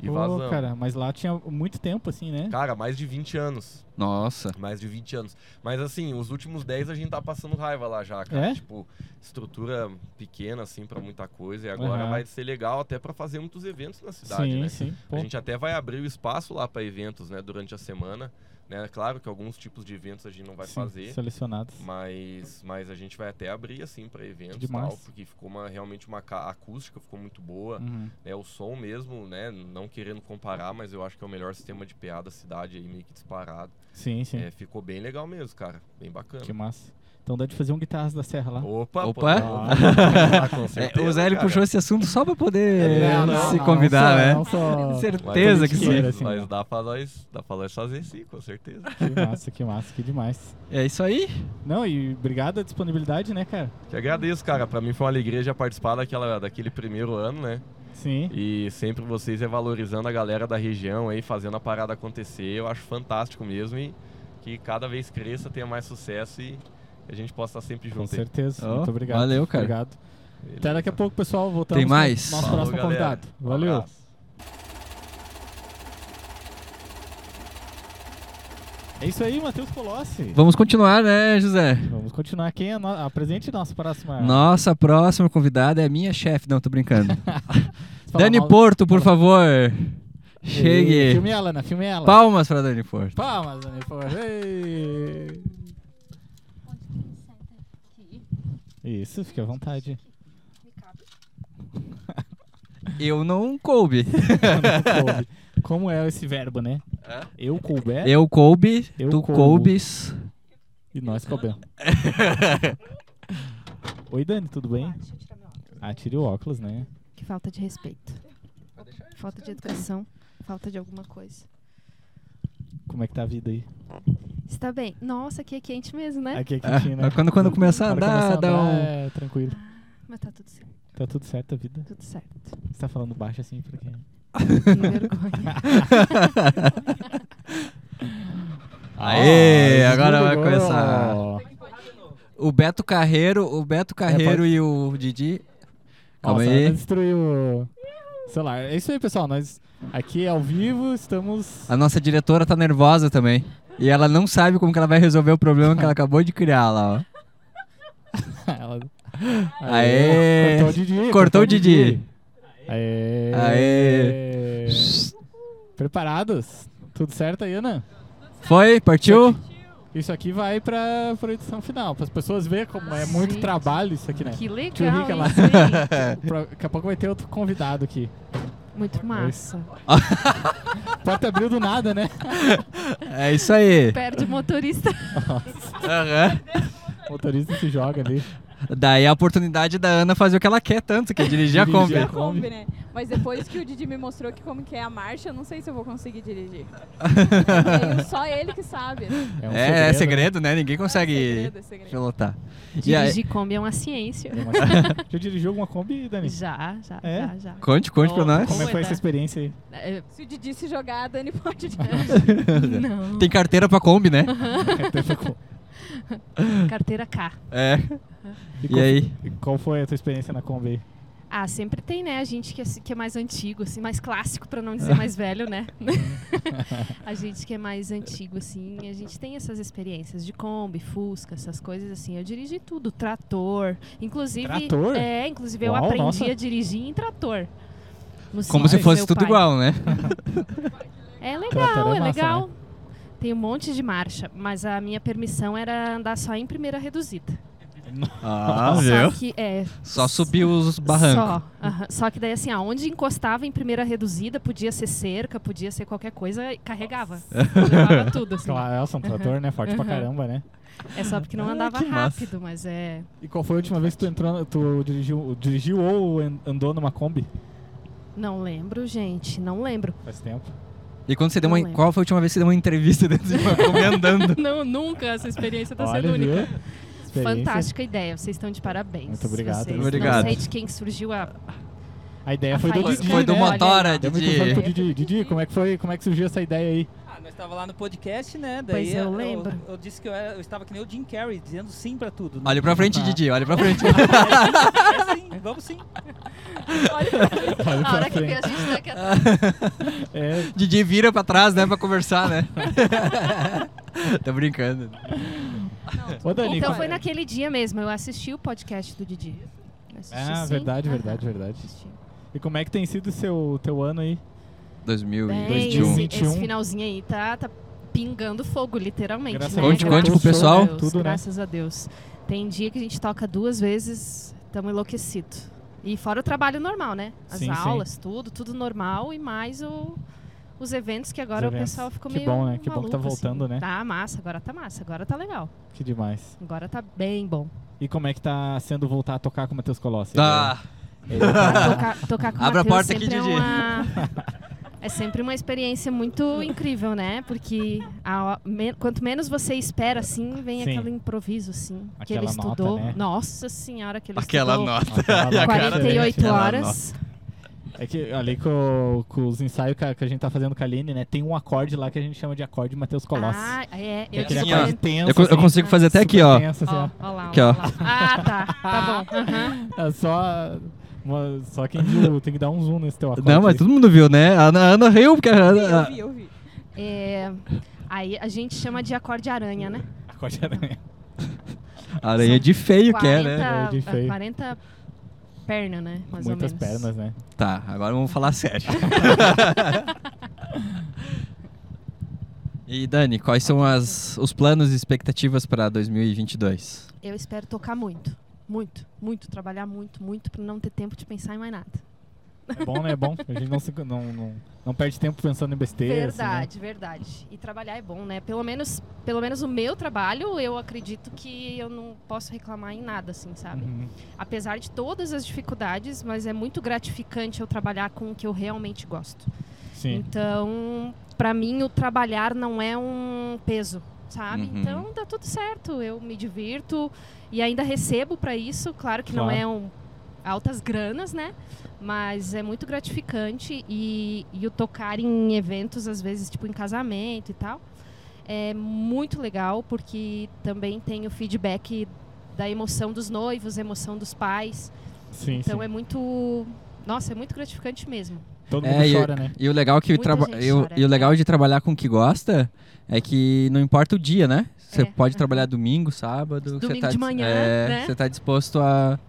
[SPEAKER 6] e
[SPEAKER 1] Pô,
[SPEAKER 6] vazamos. Cara.
[SPEAKER 1] cara, mas lá tinha muito tempo, assim, né?
[SPEAKER 6] mais de 20 anos.
[SPEAKER 2] Nossa.
[SPEAKER 6] Mais de 20 anos. Mas assim, os últimos 10 a gente tá passando raiva lá já, cara.
[SPEAKER 1] É?
[SPEAKER 6] Tipo, estrutura pequena, assim, pra muita coisa. E agora
[SPEAKER 1] Aham.
[SPEAKER 6] vai ser legal até pra fazer muitos eventos na cidade,
[SPEAKER 1] sim,
[SPEAKER 6] né?
[SPEAKER 1] sim. Pô,
[SPEAKER 6] A gente até vai abrir o espaço lá pra eventos, né, durante a semana. Né? Claro que alguns tipos de eventos a gente não vai
[SPEAKER 1] sim,
[SPEAKER 6] fazer.
[SPEAKER 1] Selecionados.
[SPEAKER 6] Mas, mas a gente vai até abrir assim para eventos e
[SPEAKER 1] Demais.
[SPEAKER 6] tal, porque ficou uma, realmente uma ca- a acústica, ficou muito boa,
[SPEAKER 1] Uhum.
[SPEAKER 6] né? O som mesmo, né? Não querendo comparar, mas eu acho que é o melhor sistema de PA da cidade aí, meio que disparado.
[SPEAKER 1] Sim, sim.
[SPEAKER 6] É, ficou bem legal mesmo, cara, bem bacana.
[SPEAKER 1] Que massa. Então dá de fazer um guitarras da serra
[SPEAKER 2] [LAUGHS]
[SPEAKER 1] lá.
[SPEAKER 6] É, Opa,
[SPEAKER 2] Opa!
[SPEAKER 6] pô, tá com
[SPEAKER 2] É,
[SPEAKER 6] certeza,
[SPEAKER 2] o Zé ele
[SPEAKER 6] cara. É,
[SPEAKER 2] puxou esse assunto só pra poder
[SPEAKER 1] Não, não,
[SPEAKER 2] É, se
[SPEAKER 1] não,
[SPEAKER 2] convidar,
[SPEAKER 1] só-
[SPEAKER 2] né?
[SPEAKER 1] não só-
[SPEAKER 6] Mas-
[SPEAKER 2] Certeza que sim.
[SPEAKER 1] Mentira, assim,
[SPEAKER 6] mas
[SPEAKER 1] não.
[SPEAKER 6] dá pra nós, dá pra nós fazer sim, com certeza.
[SPEAKER 1] Que massa, que massa, que demais.
[SPEAKER 2] É isso aí.
[SPEAKER 1] Não, e obrigado a disponibilidade, né, cara?
[SPEAKER 6] Te agradeço, cara. Pra mim foi uma alegria já participar daquela, daquele primeiro ano, né?
[SPEAKER 1] Sim.
[SPEAKER 6] E sempre vocês é valorizando a galera da região aí, fazendo a parada acontecer. Eu acho fantástico mesmo e que cada vez cresça, tenha mais sucesso e a gente possa estar sempre
[SPEAKER 1] Com
[SPEAKER 6] junto. aí.
[SPEAKER 1] certeza.
[SPEAKER 2] Ó,
[SPEAKER 1] Muito obrigado.
[SPEAKER 2] valeu, cara.
[SPEAKER 1] Obrigado.
[SPEAKER 6] Beleza.
[SPEAKER 1] Até daqui a pouco, pessoal. Voltamos
[SPEAKER 2] Tem mais?
[SPEAKER 1] com o nosso
[SPEAKER 6] Falou,
[SPEAKER 1] próximo
[SPEAKER 6] galera.
[SPEAKER 1] convidado.
[SPEAKER 6] Um
[SPEAKER 1] Valeu.
[SPEAKER 6] abraço.
[SPEAKER 1] É isso aí, Matheus Colossi.
[SPEAKER 2] Vamos continuar, né, José?
[SPEAKER 1] Vamos continuar. Quem é no... apresente nossa
[SPEAKER 6] Ah.
[SPEAKER 1] próxima.
[SPEAKER 2] Nossa próxima convidada é minha chefe. Não, tô
[SPEAKER 6] [LAUGHS]
[SPEAKER 2] brincando.
[SPEAKER 1] Fala
[SPEAKER 2] Dani
[SPEAKER 1] mal-
[SPEAKER 2] Porto, por favor.
[SPEAKER 1] Ei,
[SPEAKER 2] Chegue.
[SPEAKER 6] é
[SPEAKER 1] Filme ela, Ana. Filme ela.
[SPEAKER 2] Palmas pra Dani Porto.
[SPEAKER 1] Palmas, Dani, por favor. Ei. Isso, fique à
[SPEAKER 2] [LAUGHS]
[SPEAKER 1] vontade.
[SPEAKER 2] Eu não coube.
[SPEAKER 6] [LAUGHS]
[SPEAKER 1] Não coube. Como é esse verbo, né? Eu couber
[SPEAKER 2] É? Eu coube,
[SPEAKER 1] Eu
[SPEAKER 2] tu
[SPEAKER 1] coubo.
[SPEAKER 2] [LAUGHS] coubes.
[SPEAKER 1] e nós coubemos. [LAUGHS] Oi, Dani, tudo bem? Ah, tire o óculos, né?
[SPEAKER 7] Que falta de respeito. Falta de educação. Falta de alguma coisa.
[SPEAKER 1] Como é que tá a vida aí?
[SPEAKER 7] Está bem. Nossa, aqui é quente mesmo, né?
[SPEAKER 1] Aqui é
[SPEAKER 2] Ah,
[SPEAKER 1] quentinho, né?
[SPEAKER 2] quando, quando começar a
[SPEAKER 1] Quando
[SPEAKER 2] andar,
[SPEAKER 1] começar
[SPEAKER 2] dá um.
[SPEAKER 1] é tranquilo.
[SPEAKER 7] Mas tá tudo certo.
[SPEAKER 1] Tá tudo certo a vida? [LAUGHS]
[SPEAKER 7] Tudo certo.
[SPEAKER 1] Você tá falando baixo assim pra quem?
[SPEAKER 7] Que vergonha.
[SPEAKER 2] Aê,
[SPEAKER 1] Ah,
[SPEAKER 2] agora vai
[SPEAKER 1] desligou.
[SPEAKER 2] começar. O Beto Carreiro, o Beto Carreiro e o Didi. É, Calma
[SPEAKER 1] Nossa,
[SPEAKER 2] aí.
[SPEAKER 1] ela destruiu o celular. É isso aí, pessoal. Nós aqui ao vivo estamos.
[SPEAKER 2] A nossa diretora tá nervosa também. E ela não sabe como que ela vai resolver o problema que ela acabou de criar lá, ó.
[SPEAKER 1] Ela-
[SPEAKER 2] [LAUGHS] Aê.
[SPEAKER 1] Cortou o Didi.
[SPEAKER 2] Cortou o Didi.
[SPEAKER 1] Aê.
[SPEAKER 2] Aê.
[SPEAKER 1] Preparados? Tudo certo aí, Ana?
[SPEAKER 2] Foi? Partiu?
[SPEAKER 1] Isso aqui vai pra, pra edição final, para as pessoas verem como é
[SPEAKER 7] Ah,
[SPEAKER 1] muito
[SPEAKER 7] gente.
[SPEAKER 1] trabalho isso aqui, né?
[SPEAKER 7] Que
[SPEAKER 1] Tio
[SPEAKER 7] legal
[SPEAKER 1] Rica lá.
[SPEAKER 7] isso, hein?
[SPEAKER 1] Pra- Daqui a pouco vai ter outro convidado aqui. É.
[SPEAKER 7] Muito massa.
[SPEAKER 1] A porta abriu do nada, né?
[SPEAKER 2] É isso aí.
[SPEAKER 7] Perde
[SPEAKER 1] [LAUGHS]
[SPEAKER 7] o motorista.
[SPEAKER 2] Aham.
[SPEAKER 1] O motorista se joga ali.
[SPEAKER 2] Daí a oportunidade da Ana fazer o que ela quer tanto, que é dirigir a Kombi.
[SPEAKER 1] Dirigir
[SPEAKER 3] A
[SPEAKER 1] a Kombi.
[SPEAKER 3] Kombi, né? Mas depois que o Didi me mostrou que como que é a marcha, eu não sei se eu vou conseguir
[SPEAKER 1] [LAUGHS]
[SPEAKER 3] dirigir. Tenho só ele que sabe.
[SPEAKER 1] É, um
[SPEAKER 2] É, é
[SPEAKER 1] segredo.
[SPEAKER 2] segredo, né? Ninguém consegue
[SPEAKER 3] segredo, é segredo.
[SPEAKER 2] pilotar. E aí,
[SPEAKER 7] Dirigir Kombi é uma ciência.
[SPEAKER 1] É uma- Já dirigiu alguma Kombi, Dani?
[SPEAKER 7] Já, já,
[SPEAKER 1] É?
[SPEAKER 7] já, já.
[SPEAKER 2] conte, conte pra
[SPEAKER 7] Oh,
[SPEAKER 2] nós.
[SPEAKER 1] Como é que foi
[SPEAKER 7] Como é,
[SPEAKER 1] essa
[SPEAKER 7] tá?
[SPEAKER 1] experiência
[SPEAKER 7] [LAUGHS]
[SPEAKER 1] aí?
[SPEAKER 7] É,
[SPEAKER 3] Se o Didi se jogar, a Dani pode
[SPEAKER 1] É.
[SPEAKER 7] Não.
[SPEAKER 2] Tem carteira pra Kombi, né?
[SPEAKER 7] Carteira K.
[SPEAKER 2] É.
[SPEAKER 1] E
[SPEAKER 2] E
[SPEAKER 1] qual,
[SPEAKER 2] aí?
[SPEAKER 1] qual foi a tua experiência na Kombi?
[SPEAKER 7] Ah, sempre tem, né? A gente que é, que é mais antigo, assim, mais clássico, pra não dizer mais velho, né? [LAUGHS] a gente que é mais antigo, assim, a gente tem essas experiências de Kombi, Fusca, essas coisas assim. Eu dirigi tudo, trator. Inclusive.
[SPEAKER 1] Trator?
[SPEAKER 7] É, inclusive eu
[SPEAKER 1] Uau,
[SPEAKER 7] aprendi
[SPEAKER 1] nossa.
[SPEAKER 7] a dirigir em trator. No
[SPEAKER 2] Como se
[SPEAKER 7] sítio do
[SPEAKER 2] fosse
[SPEAKER 7] meu
[SPEAKER 2] tudo
[SPEAKER 7] pai.
[SPEAKER 2] igual, né?
[SPEAKER 7] É
[SPEAKER 1] Trator
[SPEAKER 7] legal,
[SPEAKER 1] é
[SPEAKER 7] é,
[SPEAKER 1] massa,
[SPEAKER 7] legal. Tem um monte de marcha, mas a minha permissão era andar só em primeira reduzida.
[SPEAKER 2] Ah,
[SPEAKER 7] só
[SPEAKER 2] viu?
[SPEAKER 7] que é,
[SPEAKER 2] Só subiu os barrancos.
[SPEAKER 7] Só, aham. Só que daí, assim, aonde encostava em primeira reduzida, podia ser cerca, podia ser qualquer coisa, e
[SPEAKER 1] [LAUGHS]
[SPEAKER 7] carregava. Levava tudo, assim.
[SPEAKER 1] Claro, é um trator, né? Forte pra
[SPEAKER 7] Uhum.
[SPEAKER 1] caramba, né?
[SPEAKER 7] É só porque não
[SPEAKER 2] Ah,
[SPEAKER 7] andava
[SPEAKER 2] que massa.
[SPEAKER 7] rápido, mas é.
[SPEAKER 1] E qual foi a última vez que tu entrou, na- tu dirigiu, dirigiu ou an- andou numa Kombi?
[SPEAKER 7] Não lembro, gente, não lembro.
[SPEAKER 1] Faz tempo.
[SPEAKER 2] E quando você deu
[SPEAKER 7] Não
[SPEAKER 2] uma.
[SPEAKER 7] lembro.
[SPEAKER 2] Qual foi a última vez que você deu uma entrevista dentro de [LAUGHS] uma Kombi andando?
[SPEAKER 7] [LAUGHS] Não, nunca essa experiência tá
[SPEAKER 1] Olha,
[SPEAKER 7] sendo única.
[SPEAKER 1] viu? Experiência.
[SPEAKER 7] Fantástica ideia, vocês estão de parabéns.
[SPEAKER 1] Muito obrigado.
[SPEAKER 7] Vocês.
[SPEAKER 2] Obrigado.
[SPEAKER 7] Não sei de quem surgiu a.
[SPEAKER 1] A ideia
[SPEAKER 7] A
[SPEAKER 1] foi do
[SPEAKER 7] faísca.
[SPEAKER 1] Didi,
[SPEAKER 2] Foi do
[SPEAKER 1] né?
[SPEAKER 7] Olha aí,
[SPEAKER 2] motora,
[SPEAKER 1] Deu muita sorte pro
[SPEAKER 2] Didi.
[SPEAKER 1] Didi. Didi, como é que foi? Como é que surgiu essa ideia aí?
[SPEAKER 4] Ah, nós estava lá no podcast, né? Daí
[SPEAKER 7] Pois eu lembro.
[SPEAKER 4] Eu, disse que eu, era- eu estava que nem o Jim Carrey, dizendo sim pra tudo. né?
[SPEAKER 2] Olha pra frente, Didi, olha pra [LAUGHS] frente.
[SPEAKER 4] [LAUGHS] É sim, vamos sim.
[SPEAKER 3] Olha pra frente.
[SPEAKER 1] Olha
[SPEAKER 7] A hora
[SPEAKER 1] pra
[SPEAKER 7] que vê, a
[SPEAKER 1] frente.
[SPEAKER 7] gente tá aqui atrás.
[SPEAKER 1] [LAUGHS] É,
[SPEAKER 2] Didi vira pra trás, né, pra conversar, [LAUGHS] né? Tô brincando.
[SPEAKER 1] [LAUGHS] ô Dani,
[SPEAKER 7] Então
[SPEAKER 1] como-
[SPEAKER 7] foi naquele dia mesmo, eu assisti o podcast do Didi. Assisti,
[SPEAKER 1] Ah,
[SPEAKER 7] sim.
[SPEAKER 1] verdade,
[SPEAKER 7] Aham,
[SPEAKER 1] verdade, verdade.
[SPEAKER 7] assisti.
[SPEAKER 1] E como é que tem sido o seu teu ano aí?
[SPEAKER 7] Bem,
[SPEAKER 2] 2021.
[SPEAKER 7] esse,
[SPEAKER 1] 2021.
[SPEAKER 7] esse finalzinho aí tá, tá pingando fogo, literalmente.
[SPEAKER 1] Graças
[SPEAKER 7] né?
[SPEAKER 1] a Deus,
[SPEAKER 2] Conte- conte pro
[SPEAKER 7] Graças a
[SPEAKER 2] pessoal.
[SPEAKER 7] Deus,
[SPEAKER 1] Tudo, né?
[SPEAKER 7] Graças a Deus. Tem dia que a gente toca duas vezes, estamos enlouquecido. E fora o trabalho normal, né? As
[SPEAKER 1] Sim, sim.
[SPEAKER 7] aulas, tudo, tudo normal e mais o- os eventos que agora
[SPEAKER 1] Os
[SPEAKER 7] o
[SPEAKER 1] eventos.
[SPEAKER 7] pessoal ficou
[SPEAKER 1] Que
[SPEAKER 7] meio
[SPEAKER 1] bom, né? Que bom que tá
[SPEAKER 7] maluco, assim.
[SPEAKER 1] voltando, né?
[SPEAKER 7] Tá massa, agora tá massa, agora tá legal.
[SPEAKER 1] Que demais.
[SPEAKER 7] Agora tá bem bom.
[SPEAKER 1] E como é que tá sendo voltar a tocar com o Matheus Colossi?
[SPEAKER 7] Ah.
[SPEAKER 2] Tá.
[SPEAKER 1] Ele tá-
[SPEAKER 7] tocar, tocar com o
[SPEAKER 2] Abra a
[SPEAKER 7] Matheus
[SPEAKER 2] porta aqui,
[SPEAKER 7] sempre é
[SPEAKER 2] Didi.
[SPEAKER 7] uma- É sempre uma experiência muito incrível, né? Porque a- me- quanto menos você espera, assim, vem
[SPEAKER 1] Sim.
[SPEAKER 7] aquele improviso, assim, que
[SPEAKER 1] Aquela
[SPEAKER 7] ele
[SPEAKER 1] nota,
[SPEAKER 7] estudou.
[SPEAKER 1] né?
[SPEAKER 7] Nossa senhora, que ele
[SPEAKER 2] Aquela
[SPEAKER 7] estudou.
[SPEAKER 2] nota.
[SPEAKER 1] Aquela
[SPEAKER 2] E a cara
[SPEAKER 1] nota.
[SPEAKER 7] 48
[SPEAKER 2] dele.
[SPEAKER 7] horas.
[SPEAKER 1] É que ali com, com os ensaios que a, que a gente tá fazendo com a Aline, né? Tem um acorde lá que a gente chama de acorde Matheus Colossi.
[SPEAKER 7] Ah, é.
[SPEAKER 1] Que é aquele
[SPEAKER 7] Eu
[SPEAKER 2] assim,
[SPEAKER 7] tinha-
[SPEAKER 2] ó.
[SPEAKER 1] acorde tenso,
[SPEAKER 2] Eu, co- eu
[SPEAKER 1] assim,
[SPEAKER 2] consigo fazer até
[SPEAKER 1] super
[SPEAKER 2] aqui, ó.
[SPEAKER 1] tenso, assim,
[SPEAKER 7] Ó,
[SPEAKER 1] ó.
[SPEAKER 7] ó lá,
[SPEAKER 2] Aqui,
[SPEAKER 7] ó
[SPEAKER 2] ó.
[SPEAKER 7] lá. Ah, tá. Tá
[SPEAKER 1] [LAUGHS]
[SPEAKER 7] bom. Aham.
[SPEAKER 1] É só, uma- só quem viu tem que dar um zoom nesse teu acorde.
[SPEAKER 2] Não, mas todo mundo viu, né? A Ana, a Ana riu, porque a
[SPEAKER 1] Ah.
[SPEAKER 3] Eu
[SPEAKER 2] Ana.
[SPEAKER 3] vi, eu vi.
[SPEAKER 7] É, aí a gente chama de acorde aranha, né?
[SPEAKER 1] Acorde é aranha.
[SPEAKER 2] a Aranha de feio que é, né?
[SPEAKER 7] 40
[SPEAKER 1] É, de feio.
[SPEAKER 7] 40 pernas, né? Mais
[SPEAKER 1] Muitas
[SPEAKER 7] ou menos.
[SPEAKER 1] pernas, né?
[SPEAKER 2] Tá, agora vamos falar
[SPEAKER 7] [LAUGHS]
[SPEAKER 2] sério. e Dani, quais são as, os planos e expectativas para 2022?
[SPEAKER 7] [LAUGHS] Eu espero tocar muito. Muito, muito, trabalhar muito, muito, pra não ter tempo de pensar em mais nada.
[SPEAKER 1] É bom, né? É bom. A gente não, se- né? não, não, não perde tempo pensando em besteira. assim,
[SPEAKER 7] verdade, verdade. E trabalhar é bom, né? Pelo menos, pelo menos o meu trabalho, eu acredito que eu não posso reclamar em nada, assim,
[SPEAKER 1] Assim,
[SPEAKER 7] sabe?
[SPEAKER 1] né? Uhum.
[SPEAKER 7] Apesar de todas as dificuldades, mas é muito gratificante eu trabalhar com o que eu realmente gosto.
[SPEAKER 1] Sim.
[SPEAKER 7] Então, pra mim, o trabalhar não é um peso, sabe?
[SPEAKER 2] Uhum.
[SPEAKER 7] Então, dá tudo certo. Eu me divirto e ainda recebo pra isso. Claro que não
[SPEAKER 1] Claro.
[SPEAKER 7] é um altas granas, né? Mas é muito gratificante e, e o tocar em eventos, às vezes, tipo em casamento e tal, é muito legal porque também tem o feedback da emoção dos noivos, emoção dos pais.
[SPEAKER 1] Sim,
[SPEAKER 7] então
[SPEAKER 1] sim.
[SPEAKER 7] é muito, nossa, é muito gratificante mesmo.
[SPEAKER 1] Todo
[SPEAKER 2] É,
[SPEAKER 1] mundo
[SPEAKER 2] e-
[SPEAKER 1] chora,
[SPEAKER 2] [LAUGHS]
[SPEAKER 1] né?
[SPEAKER 2] E o legal que o
[SPEAKER 7] Muita
[SPEAKER 2] traba-
[SPEAKER 7] gente
[SPEAKER 2] e o-
[SPEAKER 7] chora,
[SPEAKER 2] e o
[SPEAKER 7] né?
[SPEAKER 2] legal de trabalhar com o que gosta é que não importa o dia, né? Você
[SPEAKER 7] É,
[SPEAKER 2] pode
[SPEAKER 7] aham.
[SPEAKER 2] trabalhar domingo, sábado, que você
[SPEAKER 7] Domingo
[SPEAKER 2] tá
[SPEAKER 7] de
[SPEAKER 2] dis-
[SPEAKER 7] manhã,
[SPEAKER 2] é,
[SPEAKER 7] né?
[SPEAKER 2] Você tá disposto a,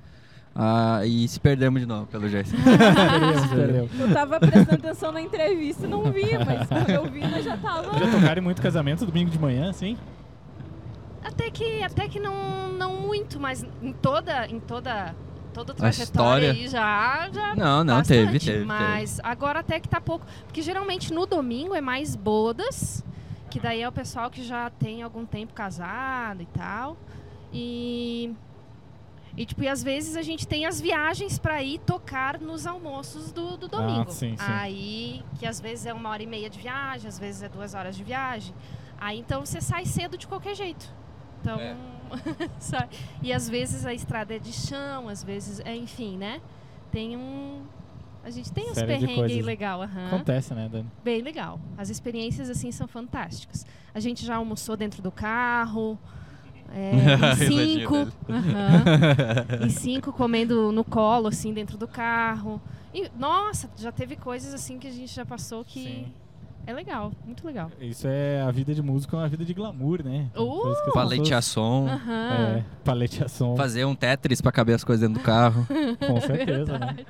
[SPEAKER 2] a e se perdemos de novo, pelo
[SPEAKER 7] [LAUGHS]
[SPEAKER 2] jeito.
[SPEAKER 1] Perdeu, perdeu.
[SPEAKER 3] Eu tava prestando atenção na entrevista e não vi, mas quando eu vi, nós já tava.
[SPEAKER 1] Já tocaram em muito casamento domingo de manhã, assim?
[SPEAKER 7] Até que, até que não, não muito, mas em toda, em toda, toda a
[SPEAKER 2] história.
[SPEAKER 7] trajetória aí já, já
[SPEAKER 2] não, não,
[SPEAKER 7] bastante,
[SPEAKER 2] teve, teve, teve.
[SPEAKER 7] Mas agora até que tá pouco, porque geralmente no domingo é mais bodas, que daí é o pessoal que já tem algum tempo casado e tal. E e tipo, e às vezes a gente tem as viagens pra ir tocar nos almoços do, do domingo.
[SPEAKER 1] Ah, sim, sim.
[SPEAKER 7] Aí, que às vezes é uma hora e meia de viagem, às vezes é duas horas de viagem. Aí então você sai cedo de qualquer jeito. Então,
[SPEAKER 2] É.
[SPEAKER 7] sai. E às vezes a estrada é de chão, às vezes, é, enfim, né? Tem um. A gente tem uns
[SPEAKER 1] Série de
[SPEAKER 7] perrengues
[SPEAKER 1] coisas.
[SPEAKER 7] legal, aham.
[SPEAKER 1] Acontece, né, Dani?
[SPEAKER 7] Bem legal. As experiências assim são fantásticas. A gente já almoçou dentro do carro.
[SPEAKER 1] [LAUGHS]
[SPEAKER 7] É, em
[SPEAKER 2] Risadinha
[SPEAKER 7] cinco.
[SPEAKER 2] dele.
[SPEAKER 7] aham. Em cinco comendo no colo, assim, dentro do carro. E, nossa, já teve coisas assim que a gente já passou que
[SPEAKER 1] Sim.
[SPEAKER 7] é legal, muito legal.
[SPEAKER 1] Isso é a vida de músico, é uma vida de glamour, né?
[SPEAKER 7] Uh!
[SPEAKER 1] Por isso que as
[SPEAKER 2] Paletear som,
[SPEAKER 7] Aham.
[SPEAKER 1] pessoas- É, paleteação,
[SPEAKER 2] [LAUGHS] fazer um Tetris pra caber as coisas dentro do carro.
[SPEAKER 7] [LAUGHS]
[SPEAKER 1] com certeza, né?
[SPEAKER 7] Verdade.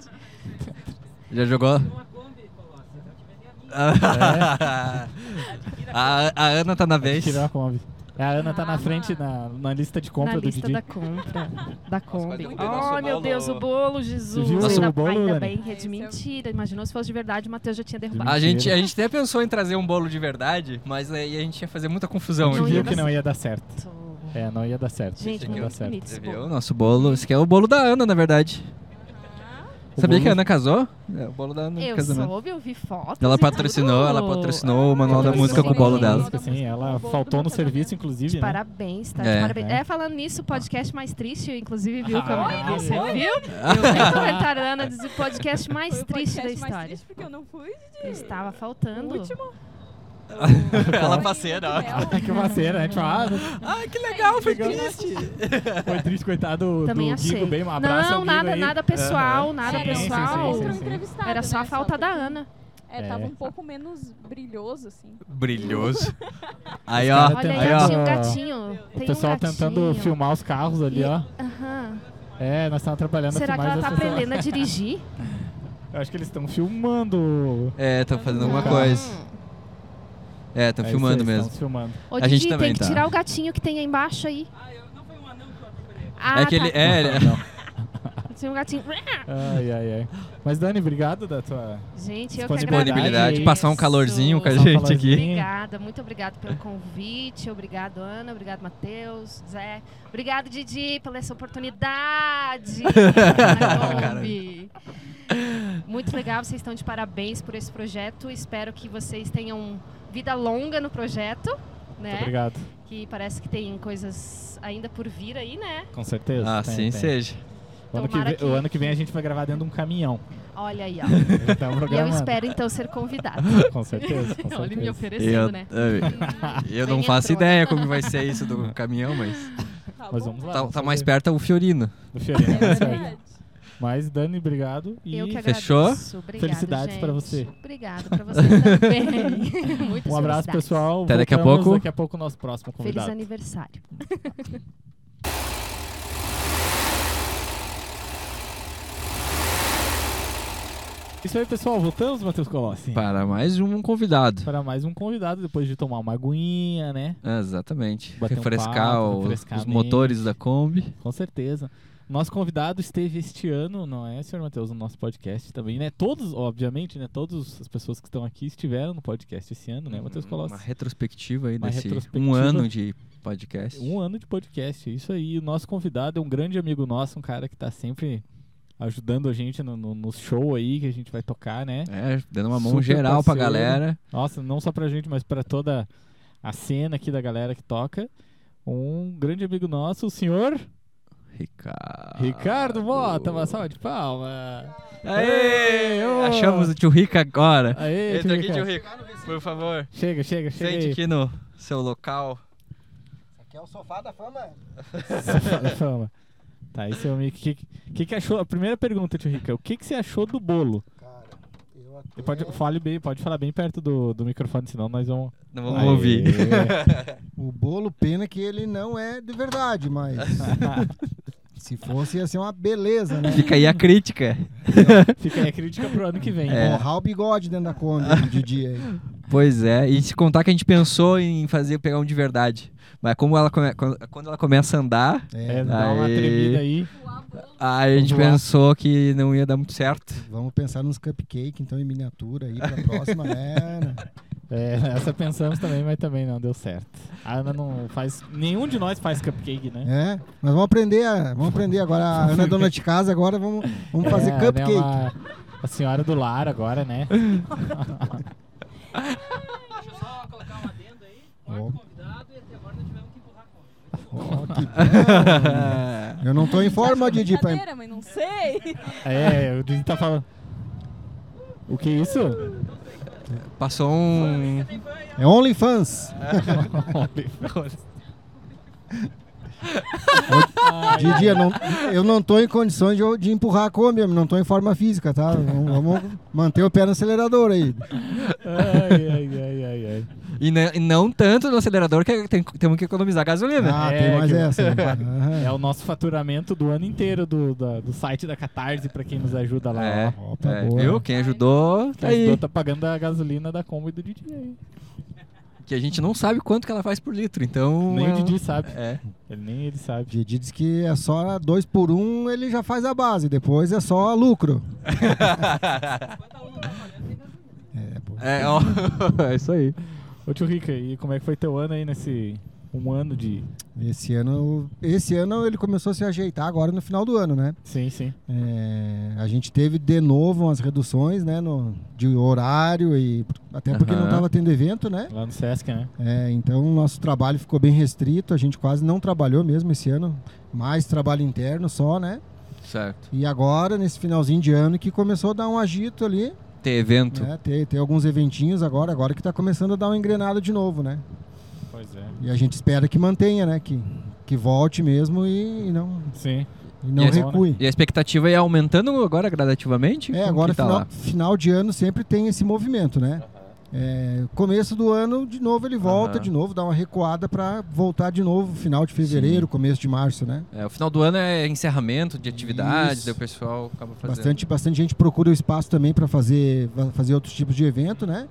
[SPEAKER 2] Já jogou? [LAUGHS] É. a, a Ana tá na vez.
[SPEAKER 1] Tirar a Kombi. A Ana tá na
[SPEAKER 7] Ah.
[SPEAKER 1] frente, na, na lista de compra
[SPEAKER 7] na
[SPEAKER 1] do
[SPEAKER 7] lista
[SPEAKER 1] Didi.
[SPEAKER 7] da compra. Da
[SPEAKER 2] é
[SPEAKER 7] Kombi.
[SPEAKER 6] deu nosso
[SPEAKER 7] Oh, meu
[SPEAKER 6] bolo.
[SPEAKER 7] Deus, o bolo, Jesus.
[SPEAKER 1] Viu
[SPEAKER 7] ainda
[SPEAKER 1] o bolo,
[SPEAKER 7] ainda
[SPEAKER 1] Lani?
[SPEAKER 7] bem que é de
[SPEAKER 3] Esse é o-
[SPEAKER 7] mentira. Imaginou se fosse de verdade, o Matheus já tinha derrubado.
[SPEAKER 2] A
[SPEAKER 1] Mentira.
[SPEAKER 2] gente, a gente até pensou em trazer um bolo de verdade, mas aí a gente ia fazer muita confusão.
[SPEAKER 1] A gente
[SPEAKER 7] Não
[SPEAKER 1] viu
[SPEAKER 7] ia
[SPEAKER 1] que
[SPEAKER 7] dar
[SPEAKER 1] não ia dar certo. É, não ia dar certo.
[SPEAKER 7] Gente,
[SPEAKER 1] não ia
[SPEAKER 7] muito
[SPEAKER 1] dar certo.
[SPEAKER 7] bonito
[SPEAKER 2] Você
[SPEAKER 7] esse
[SPEAKER 2] viu?
[SPEAKER 7] bolo.
[SPEAKER 2] Nosso bolo. Esse aqui é o bolo da Ana, na verdade.
[SPEAKER 1] O
[SPEAKER 2] Sabia
[SPEAKER 1] bolo-
[SPEAKER 2] que a Ana casou? É, o bolo da Ana de
[SPEAKER 7] Eu
[SPEAKER 2] casamento.
[SPEAKER 7] soube, eu vi fotos.
[SPEAKER 2] Ela
[SPEAKER 7] e
[SPEAKER 2] patrocinou,
[SPEAKER 7] tudo.
[SPEAKER 2] ela patrocinou o manual da
[SPEAKER 1] Ela
[SPEAKER 2] é música com o
[SPEAKER 1] fez uma
[SPEAKER 2] bolo dela.
[SPEAKER 1] música, Sim, ela faltou no serviço, inclusive. [LAUGHS]
[SPEAKER 7] De
[SPEAKER 1] Né?
[SPEAKER 7] parabéns, tá? De
[SPEAKER 2] É.
[SPEAKER 7] parabéns.
[SPEAKER 1] É.
[SPEAKER 7] É, falando nisso, o podcast mais triste, inclusive, viu?
[SPEAKER 1] Ah,
[SPEAKER 7] Como...
[SPEAKER 1] olha,
[SPEAKER 7] Você
[SPEAKER 1] olha.
[SPEAKER 7] viu?
[SPEAKER 2] Ah.
[SPEAKER 7] Eu vi o comentário da Ana diz o podcast mais
[SPEAKER 3] Foi o
[SPEAKER 7] triste da
[SPEAKER 3] podcast mais
[SPEAKER 7] história.
[SPEAKER 3] triste porque eu não fui.
[SPEAKER 7] Eu estava
[SPEAKER 1] [LAUGHS]
[SPEAKER 3] O
[SPEAKER 7] faltando.
[SPEAKER 3] último.
[SPEAKER 2] Ela
[SPEAKER 3] Foi
[SPEAKER 2] passeia,
[SPEAKER 3] muito
[SPEAKER 2] ó.
[SPEAKER 3] belo.
[SPEAKER 1] que maceira, né? Tipo, ah,
[SPEAKER 2] Ai, que legal, foi
[SPEAKER 1] Legal.
[SPEAKER 2] triste.
[SPEAKER 1] foi triste, coitado do,
[SPEAKER 7] Também
[SPEAKER 1] do
[SPEAKER 7] achei.
[SPEAKER 1] Guigo. Bem, um abraço ao
[SPEAKER 7] não,
[SPEAKER 1] Guigo
[SPEAKER 7] nada,
[SPEAKER 1] aí.
[SPEAKER 7] nada pessoal, nada
[SPEAKER 1] Sim,
[SPEAKER 3] Era um
[SPEAKER 1] sim,
[SPEAKER 7] pessoal.
[SPEAKER 1] sim,
[SPEAKER 3] outro
[SPEAKER 1] sim.
[SPEAKER 3] entrevistado,
[SPEAKER 7] Era só a
[SPEAKER 3] né?
[SPEAKER 7] falta da
[SPEAKER 3] porque-
[SPEAKER 7] Ana.
[SPEAKER 3] É, tava
[SPEAKER 1] É.
[SPEAKER 3] um pouco menos brilhoso, assim.
[SPEAKER 2] Brilhoso. Aí,
[SPEAKER 1] Os
[SPEAKER 2] ó.
[SPEAKER 1] caras
[SPEAKER 7] Olha aí,
[SPEAKER 2] Aí,
[SPEAKER 1] tentaram-
[SPEAKER 2] ó.
[SPEAKER 7] tinha um gatinho. Tem
[SPEAKER 1] O pessoal
[SPEAKER 7] um gatinho.
[SPEAKER 1] tentando filmar os carros ali,
[SPEAKER 7] E-
[SPEAKER 1] ó.
[SPEAKER 7] Aham.
[SPEAKER 1] É, nós estamos atrapalhando a
[SPEAKER 7] Será que
[SPEAKER 1] filmagem
[SPEAKER 7] ela tá
[SPEAKER 1] das pessoas.
[SPEAKER 7] aprendendo a dirigir?
[SPEAKER 1] Eu acho que eles estão filmando.
[SPEAKER 2] É, tá fazendo alguma
[SPEAKER 7] Então.
[SPEAKER 1] Não.
[SPEAKER 2] coisa. É, tão
[SPEAKER 1] É isso aí,
[SPEAKER 2] filmando
[SPEAKER 1] eles
[SPEAKER 2] mesmo.
[SPEAKER 1] tão filmando.
[SPEAKER 7] Ô,
[SPEAKER 2] A
[SPEAKER 7] Didi,
[SPEAKER 2] gente também
[SPEAKER 7] tem que
[SPEAKER 2] tá.
[SPEAKER 7] tirar o gatinho que tem aí embaixo aí. Ah,
[SPEAKER 2] É que ele.
[SPEAKER 7] tá.
[SPEAKER 2] É, ele-
[SPEAKER 7] Tinha um gatinho.
[SPEAKER 1] Ai, ai, ai. Mas, Dani, obrigado da tua.
[SPEAKER 7] Gente, eu que
[SPEAKER 1] Disponibilidade,
[SPEAKER 7] agradeço.
[SPEAKER 2] passar um calorzinho com a
[SPEAKER 1] Passar um
[SPEAKER 2] gente aqui.
[SPEAKER 1] calorzinho.
[SPEAKER 7] Obrigada, muito obrigada pelo convite. Obrigado, Ana. Obrigado, Matheus, Zé. Obrigado, Didi, pela
[SPEAKER 2] [LAUGHS]
[SPEAKER 7] essa oportunidade. na Kombi. muito legal, vocês estão de parabéns por esse projeto. Espero que vocês tenham vida longa no projeto,
[SPEAKER 1] Muito
[SPEAKER 7] né?
[SPEAKER 1] obrigado.
[SPEAKER 7] Que parece que tem coisas ainda por vir aí, né?
[SPEAKER 1] Com certeza.
[SPEAKER 2] Ah,
[SPEAKER 1] Tem,
[SPEAKER 2] sim,
[SPEAKER 1] tem.
[SPEAKER 2] seja.
[SPEAKER 1] O ano, que
[SPEAKER 7] Tomara
[SPEAKER 1] vem,
[SPEAKER 7] que-
[SPEAKER 1] o ano que vem a gente vai gravar dentro de um
[SPEAKER 7] [LAUGHS]
[SPEAKER 1] caminhão.
[SPEAKER 7] Olha aí, ó.
[SPEAKER 1] [LAUGHS] Já tá
[SPEAKER 7] E eu
[SPEAKER 1] programando.
[SPEAKER 7] espero então ser convidada.
[SPEAKER 1] Com certeza, [LAUGHS] com certeza.
[SPEAKER 7] [LAUGHS] Olha, me oferecendo,
[SPEAKER 2] Eu,
[SPEAKER 7] né?
[SPEAKER 2] eu, eu
[SPEAKER 7] Bem
[SPEAKER 2] não faço
[SPEAKER 7] entrou. né?
[SPEAKER 2] ideia como vai ser isso do caminhão, mas
[SPEAKER 3] Tá
[SPEAKER 1] Mas
[SPEAKER 3] bom?
[SPEAKER 1] vamos lá.
[SPEAKER 2] tá,
[SPEAKER 1] vamos
[SPEAKER 2] tá mais
[SPEAKER 1] fazer.
[SPEAKER 2] perto o Fiorino.
[SPEAKER 1] Do Fiorino,
[SPEAKER 3] É
[SPEAKER 1] certo.
[SPEAKER 3] verdade.
[SPEAKER 1] tá Mas, Dani, obrigado. E
[SPEAKER 7] Eu que agradeço.
[SPEAKER 2] Fechou?
[SPEAKER 7] Obrigada,
[SPEAKER 1] Felicidades
[SPEAKER 7] gente.
[SPEAKER 1] pra você.
[SPEAKER 7] Obrigado pra você também. [LAUGHS] Muitas
[SPEAKER 1] um abraço,
[SPEAKER 7] felicidades.
[SPEAKER 1] pessoal.
[SPEAKER 2] Até daqui a
[SPEAKER 1] Voltamos
[SPEAKER 2] pouco.
[SPEAKER 1] Daqui a pouco o nosso próximo
[SPEAKER 7] Feliz
[SPEAKER 1] convidado.
[SPEAKER 7] aniversário.
[SPEAKER 1] Isso aí, pessoal. Voltamos, Matheus Colossi.
[SPEAKER 2] Para mais um convidado.
[SPEAKER 1] Para mais um convidado, depois de tomar uma aguinha, né?
[SPEAKER 2] Ah, Exatamente.
[SPEAKER 1] Bater um
[SPEAKER 2] refrescar
[SPEAKER 1] papo,
[SPEAKER 2] o-
[SPEAKER 1] refrescar
[SPEAKER 2] os
[SPEAKER 1] a
[SPEAKER 2] motores da Kombi.
[SPEAKER 1] Com certeza. Nosso convidado esteve este ano, não é, senhor Matheus, no nosso podcast também, né? Todos, obviamente, né? Todas as pessoas que estão aqui estiveram no podcast esse ano, né, Matheus
[SPEAKER 2] Uhum, Uma
[SPEAKER 1] Colossi?
[SPEAKER 2] retrospectiva aí
[SPEAKER 1] Uma
[SPEAKER 2] desse um
[SPEAKER 1] retrospectiva.
[SPEAKER 2] ano de podcast.
[SPEAKER 1] Um ano de podcast, é isso aí. O nosso convidado é um grande amigo nosso, um cara que tá sempre ajudando a gente no, no, no show aí que a gente vai tocar, né?
[SPEAKER 2] É, dando uma mão
[SPEAKER 1] Super
[SPEAKER 2] geral pra
[SPEAKER 1] parceiro.
[SPEAKER 2] galera.
[SPEAKER 1] Nossa, não só pra gente, mas pra toda a cena aqui da galera que toca. Um grande amigo nosso, o senhor
[SPEAKER 2] Ricardo.
[SPEAKER 1] Ricardo Mota, uma salva de palma.
[SPEAKER 2] Aê!
[SPEAKER 1] Aê, ô!
[SPEAKER 2] Achamos o tio Rica agora.
[SPEAKER 1] Aê,
[SPEAKER 2] Entra aqui,
[SPEAKER 1] Ricardo.
[SPEAKER 2] tio Rica. Por favor,
[SPEAKER 1] Chega, chega, chega.
[SPEAKER 2] sente
[SPEAKER 1] aí.
[SPEAKER 2] aqui no seu local.
[SPEAKER 8] Aqui é o sofá da fama.
[SPEAKER 1] Fala, fama. Tá, esse é o Mick. O que, que, que achou? A primeira pergunta, tio Rica, o que, que você achou do bolo?
[SPEAKER 8] Cara, eu
[SPEAKER 1] E
[SPEAKER 8] até...
[SPEAKER 1] Pode, fale bem, pode falar bem perto do, do microfone, senão nós vamos.
[SPEAKER 2] Não vamos
[SPEAKER 1] Aê.
[SPEAKER 2] ouvir.
[SPEAKER 5] O bolo, pena que ele não é de verdade, mas se fosse ia ser uma beleza,
[SPEAKER 2] [LAUGHS]
[SPEAKER 5] né?
[SPEAKER 2] Fica aí a crítica.
[SPEAKER 1] Fica aí a crítica pro ano que vem.
[SPEAKER 2] É.
[SPEAKER 1] Bom,
[SPEAKER 5] Honrar o bigode dentro da Kombi de dia. aí.
[SPEAKER 2] Pois é, e se contar que a gente pensou em fazer pegar um de verdade. Mas como ela come- quando quando ela começa a andar,
[SPEAKER 1] É,
[SPEAKER 5] É,
[SPEAKER 1] dá uma
[SPEAKER 2] Aê.
[SPEAKER 1] tremida aí.
[SPEAKER 2] aí a gente
[SPEAKER 1] Vamos lá.
[SPEAKER 2] pensou que não ia dar muito certo.
[SPEAKER 5] Vamos pensar nos cupcake, então, em miniatura aí pra próxima, né? Ana?
[SPEAKER 1] É, [LAUGHS] essa pensamos também, mas também não deu certo. A Ana não faz. Nenhum de nós faz cupcake, né?
[SPEAKER 5] É, mas vamos aprender, a- vamos aprender agora. A Ana é dona de casa, agora vamos, vamos fazer
[SPEAKER 1] É, a Ana é
[SPEAKER 5] cupcake.
[SPEAKER 1] uma- a senhora do lar agora,
[SPEAKER 2] [LAUGHS]
[SPEAKER 1] né?
[SPEAKER 4] Deixa eu só colocar um adendo aí.
[SPEAKER 5] Ó.
[SPEAKER 4] Quarto convidado e até agora não tivemos que empurrar a conta.
[SPEAKER 5] Ó, que
[SPEAKER 2] É,
[SPEAKER 5] bom. É. Eu não tô em forma, Didi. pra-
[SPEAKER 3] é Brincadeira, mas não sei.
[SPEAKER 1] É, o Didi tá falando. O que é isso?
[SPEAKER 2] Passou um.
[SPEAKER 5] É OnlyFans. Didi,
[SPEAKER 2] é-
[SPEAKER 5] eu não, eu não tô em condições de, de empurrar a Kombi, eu não tô em forma física, tá? Vamos, vamos manter o pé no acelerador aí.
[SPEAKER 1] ai, ai, ai, ai, ai.
[SPEAKER 2] E, ne- e não tanto no acelerador que tem- temos que economizar gasolina.
[SPEAKER 5] Ah,
[SPEAKER 1] É,
[SPEAKER 5] tem mais
[SPEAKER 1] que-
[SPEAKER 5] essa.
[SPEAKER 1] [LAUGHS]
[SPEAKER 5] né? Aham.
[SPEAKER 1] É o nosso faturamento do ano inteiro do, da- do site da Catarse pra quem nos ajuda lá.
[SPEAKER 2] É,
[SPEAKER 1] ó.
[SPEAKER 5] Opa,
[SPEAKER 2] É,
[SPEAKER 5] boa.
[SPEAKER 2] viu? Quem ajudou, tá
[SPEAKER 1] Quem ajudou
[SPEAKER 2] aí.
[SPEAKER 1] tá pagando a gasolina da Kombi do Didi. aí.
[SPEAKER 2] Que a gente não sabe quanto que ela faz por litro, então.
[SPEAKER 1] Nem
[SPEAKER 2] é
[SPEAKER 1] o
[SPEAKER 2] um- [LAUGHS]
[SPEAKER 1] Didi sabe.
[SPEAKER 2] É.
[SPEAKER 1] Ele, nem ele sabe.
[SPEAKER 5] Didi diz que é só dois por um, ele já faz a base, depois é só lucro. É, pô.
[SPEAKER 2] É, ó. [LAUGHS] é isso aí.
[SPEAKER 1] Ô tio Rica, e como é que foi teu ano aí nesse um ano de.
[SPEAKER 5] Esse ano, esse ano ele começou a se ajeitar agora no final do ano, né?
[SPEAKER 1] Sim, sim.
[SPEAKER 5] É, a gente teve de novo umas reduções, né, no, de horário e até porque não
[SPEAKER 2] Aham.
[SPEAKER 5] estava tendo evento, né?
[SPEAKER 1] Lá no Sesc, né?
[SPEAKER 5] É, então o nosso trabalho ficou bem restrito, a gente quase não trabalhou mesmo esse ano, mais trabalho interno só, né?
[SPEAKER 2] Certo.
[SPEAKER 5] E agora, nesse finalzinho de ano, que começou a dar um agito ali.
[SPEAKER 2] ter evento.
[SPEAKER 9] É, tem, tem alguns eventinhos agora, agora que tá começando a dar uma engrenada de novo, né?
[SPEAKER 1] Pois é.
[SPEAKER 9] E a gente espera que mantenha, né? Que, que volte mesmo e, e não,
[SPEAKER 1] Sim.
[SPEAKER 9] e não
[SPEAKER 2] E é só, né?
[SPEAKER 9] recue.
[SPEAKER 2] E a expectativa é aumentando agora gradativamente?
[SPEAKER 9] É,
[SPEAKER 2] Como
[SPEAKER 9] agora
[SPEAKER 2] que tá
[SPEAKER 9] final,
[SPEAKER 2] lá?
[SPEAKER 9] final de ano sempre tem esse movimento, né? É, começo do ano, de novo ele volta,
[SPEAKER 2] Aham.
[SPEAKER 9] de novo dá uma recuada para voltar de novo, final de fevereiro, começo de março, né?
[SPEAKER 2] É, o final do ano é encerramento de atividades,
[SPEAKER 9] Isso.
[SPEAKER 2] daí o pessoal acaba fazendo.
[SPEAKER 9] Bastante, bastante gente procura o espaço também para fazer, va- fazer outros tipos de evento, né?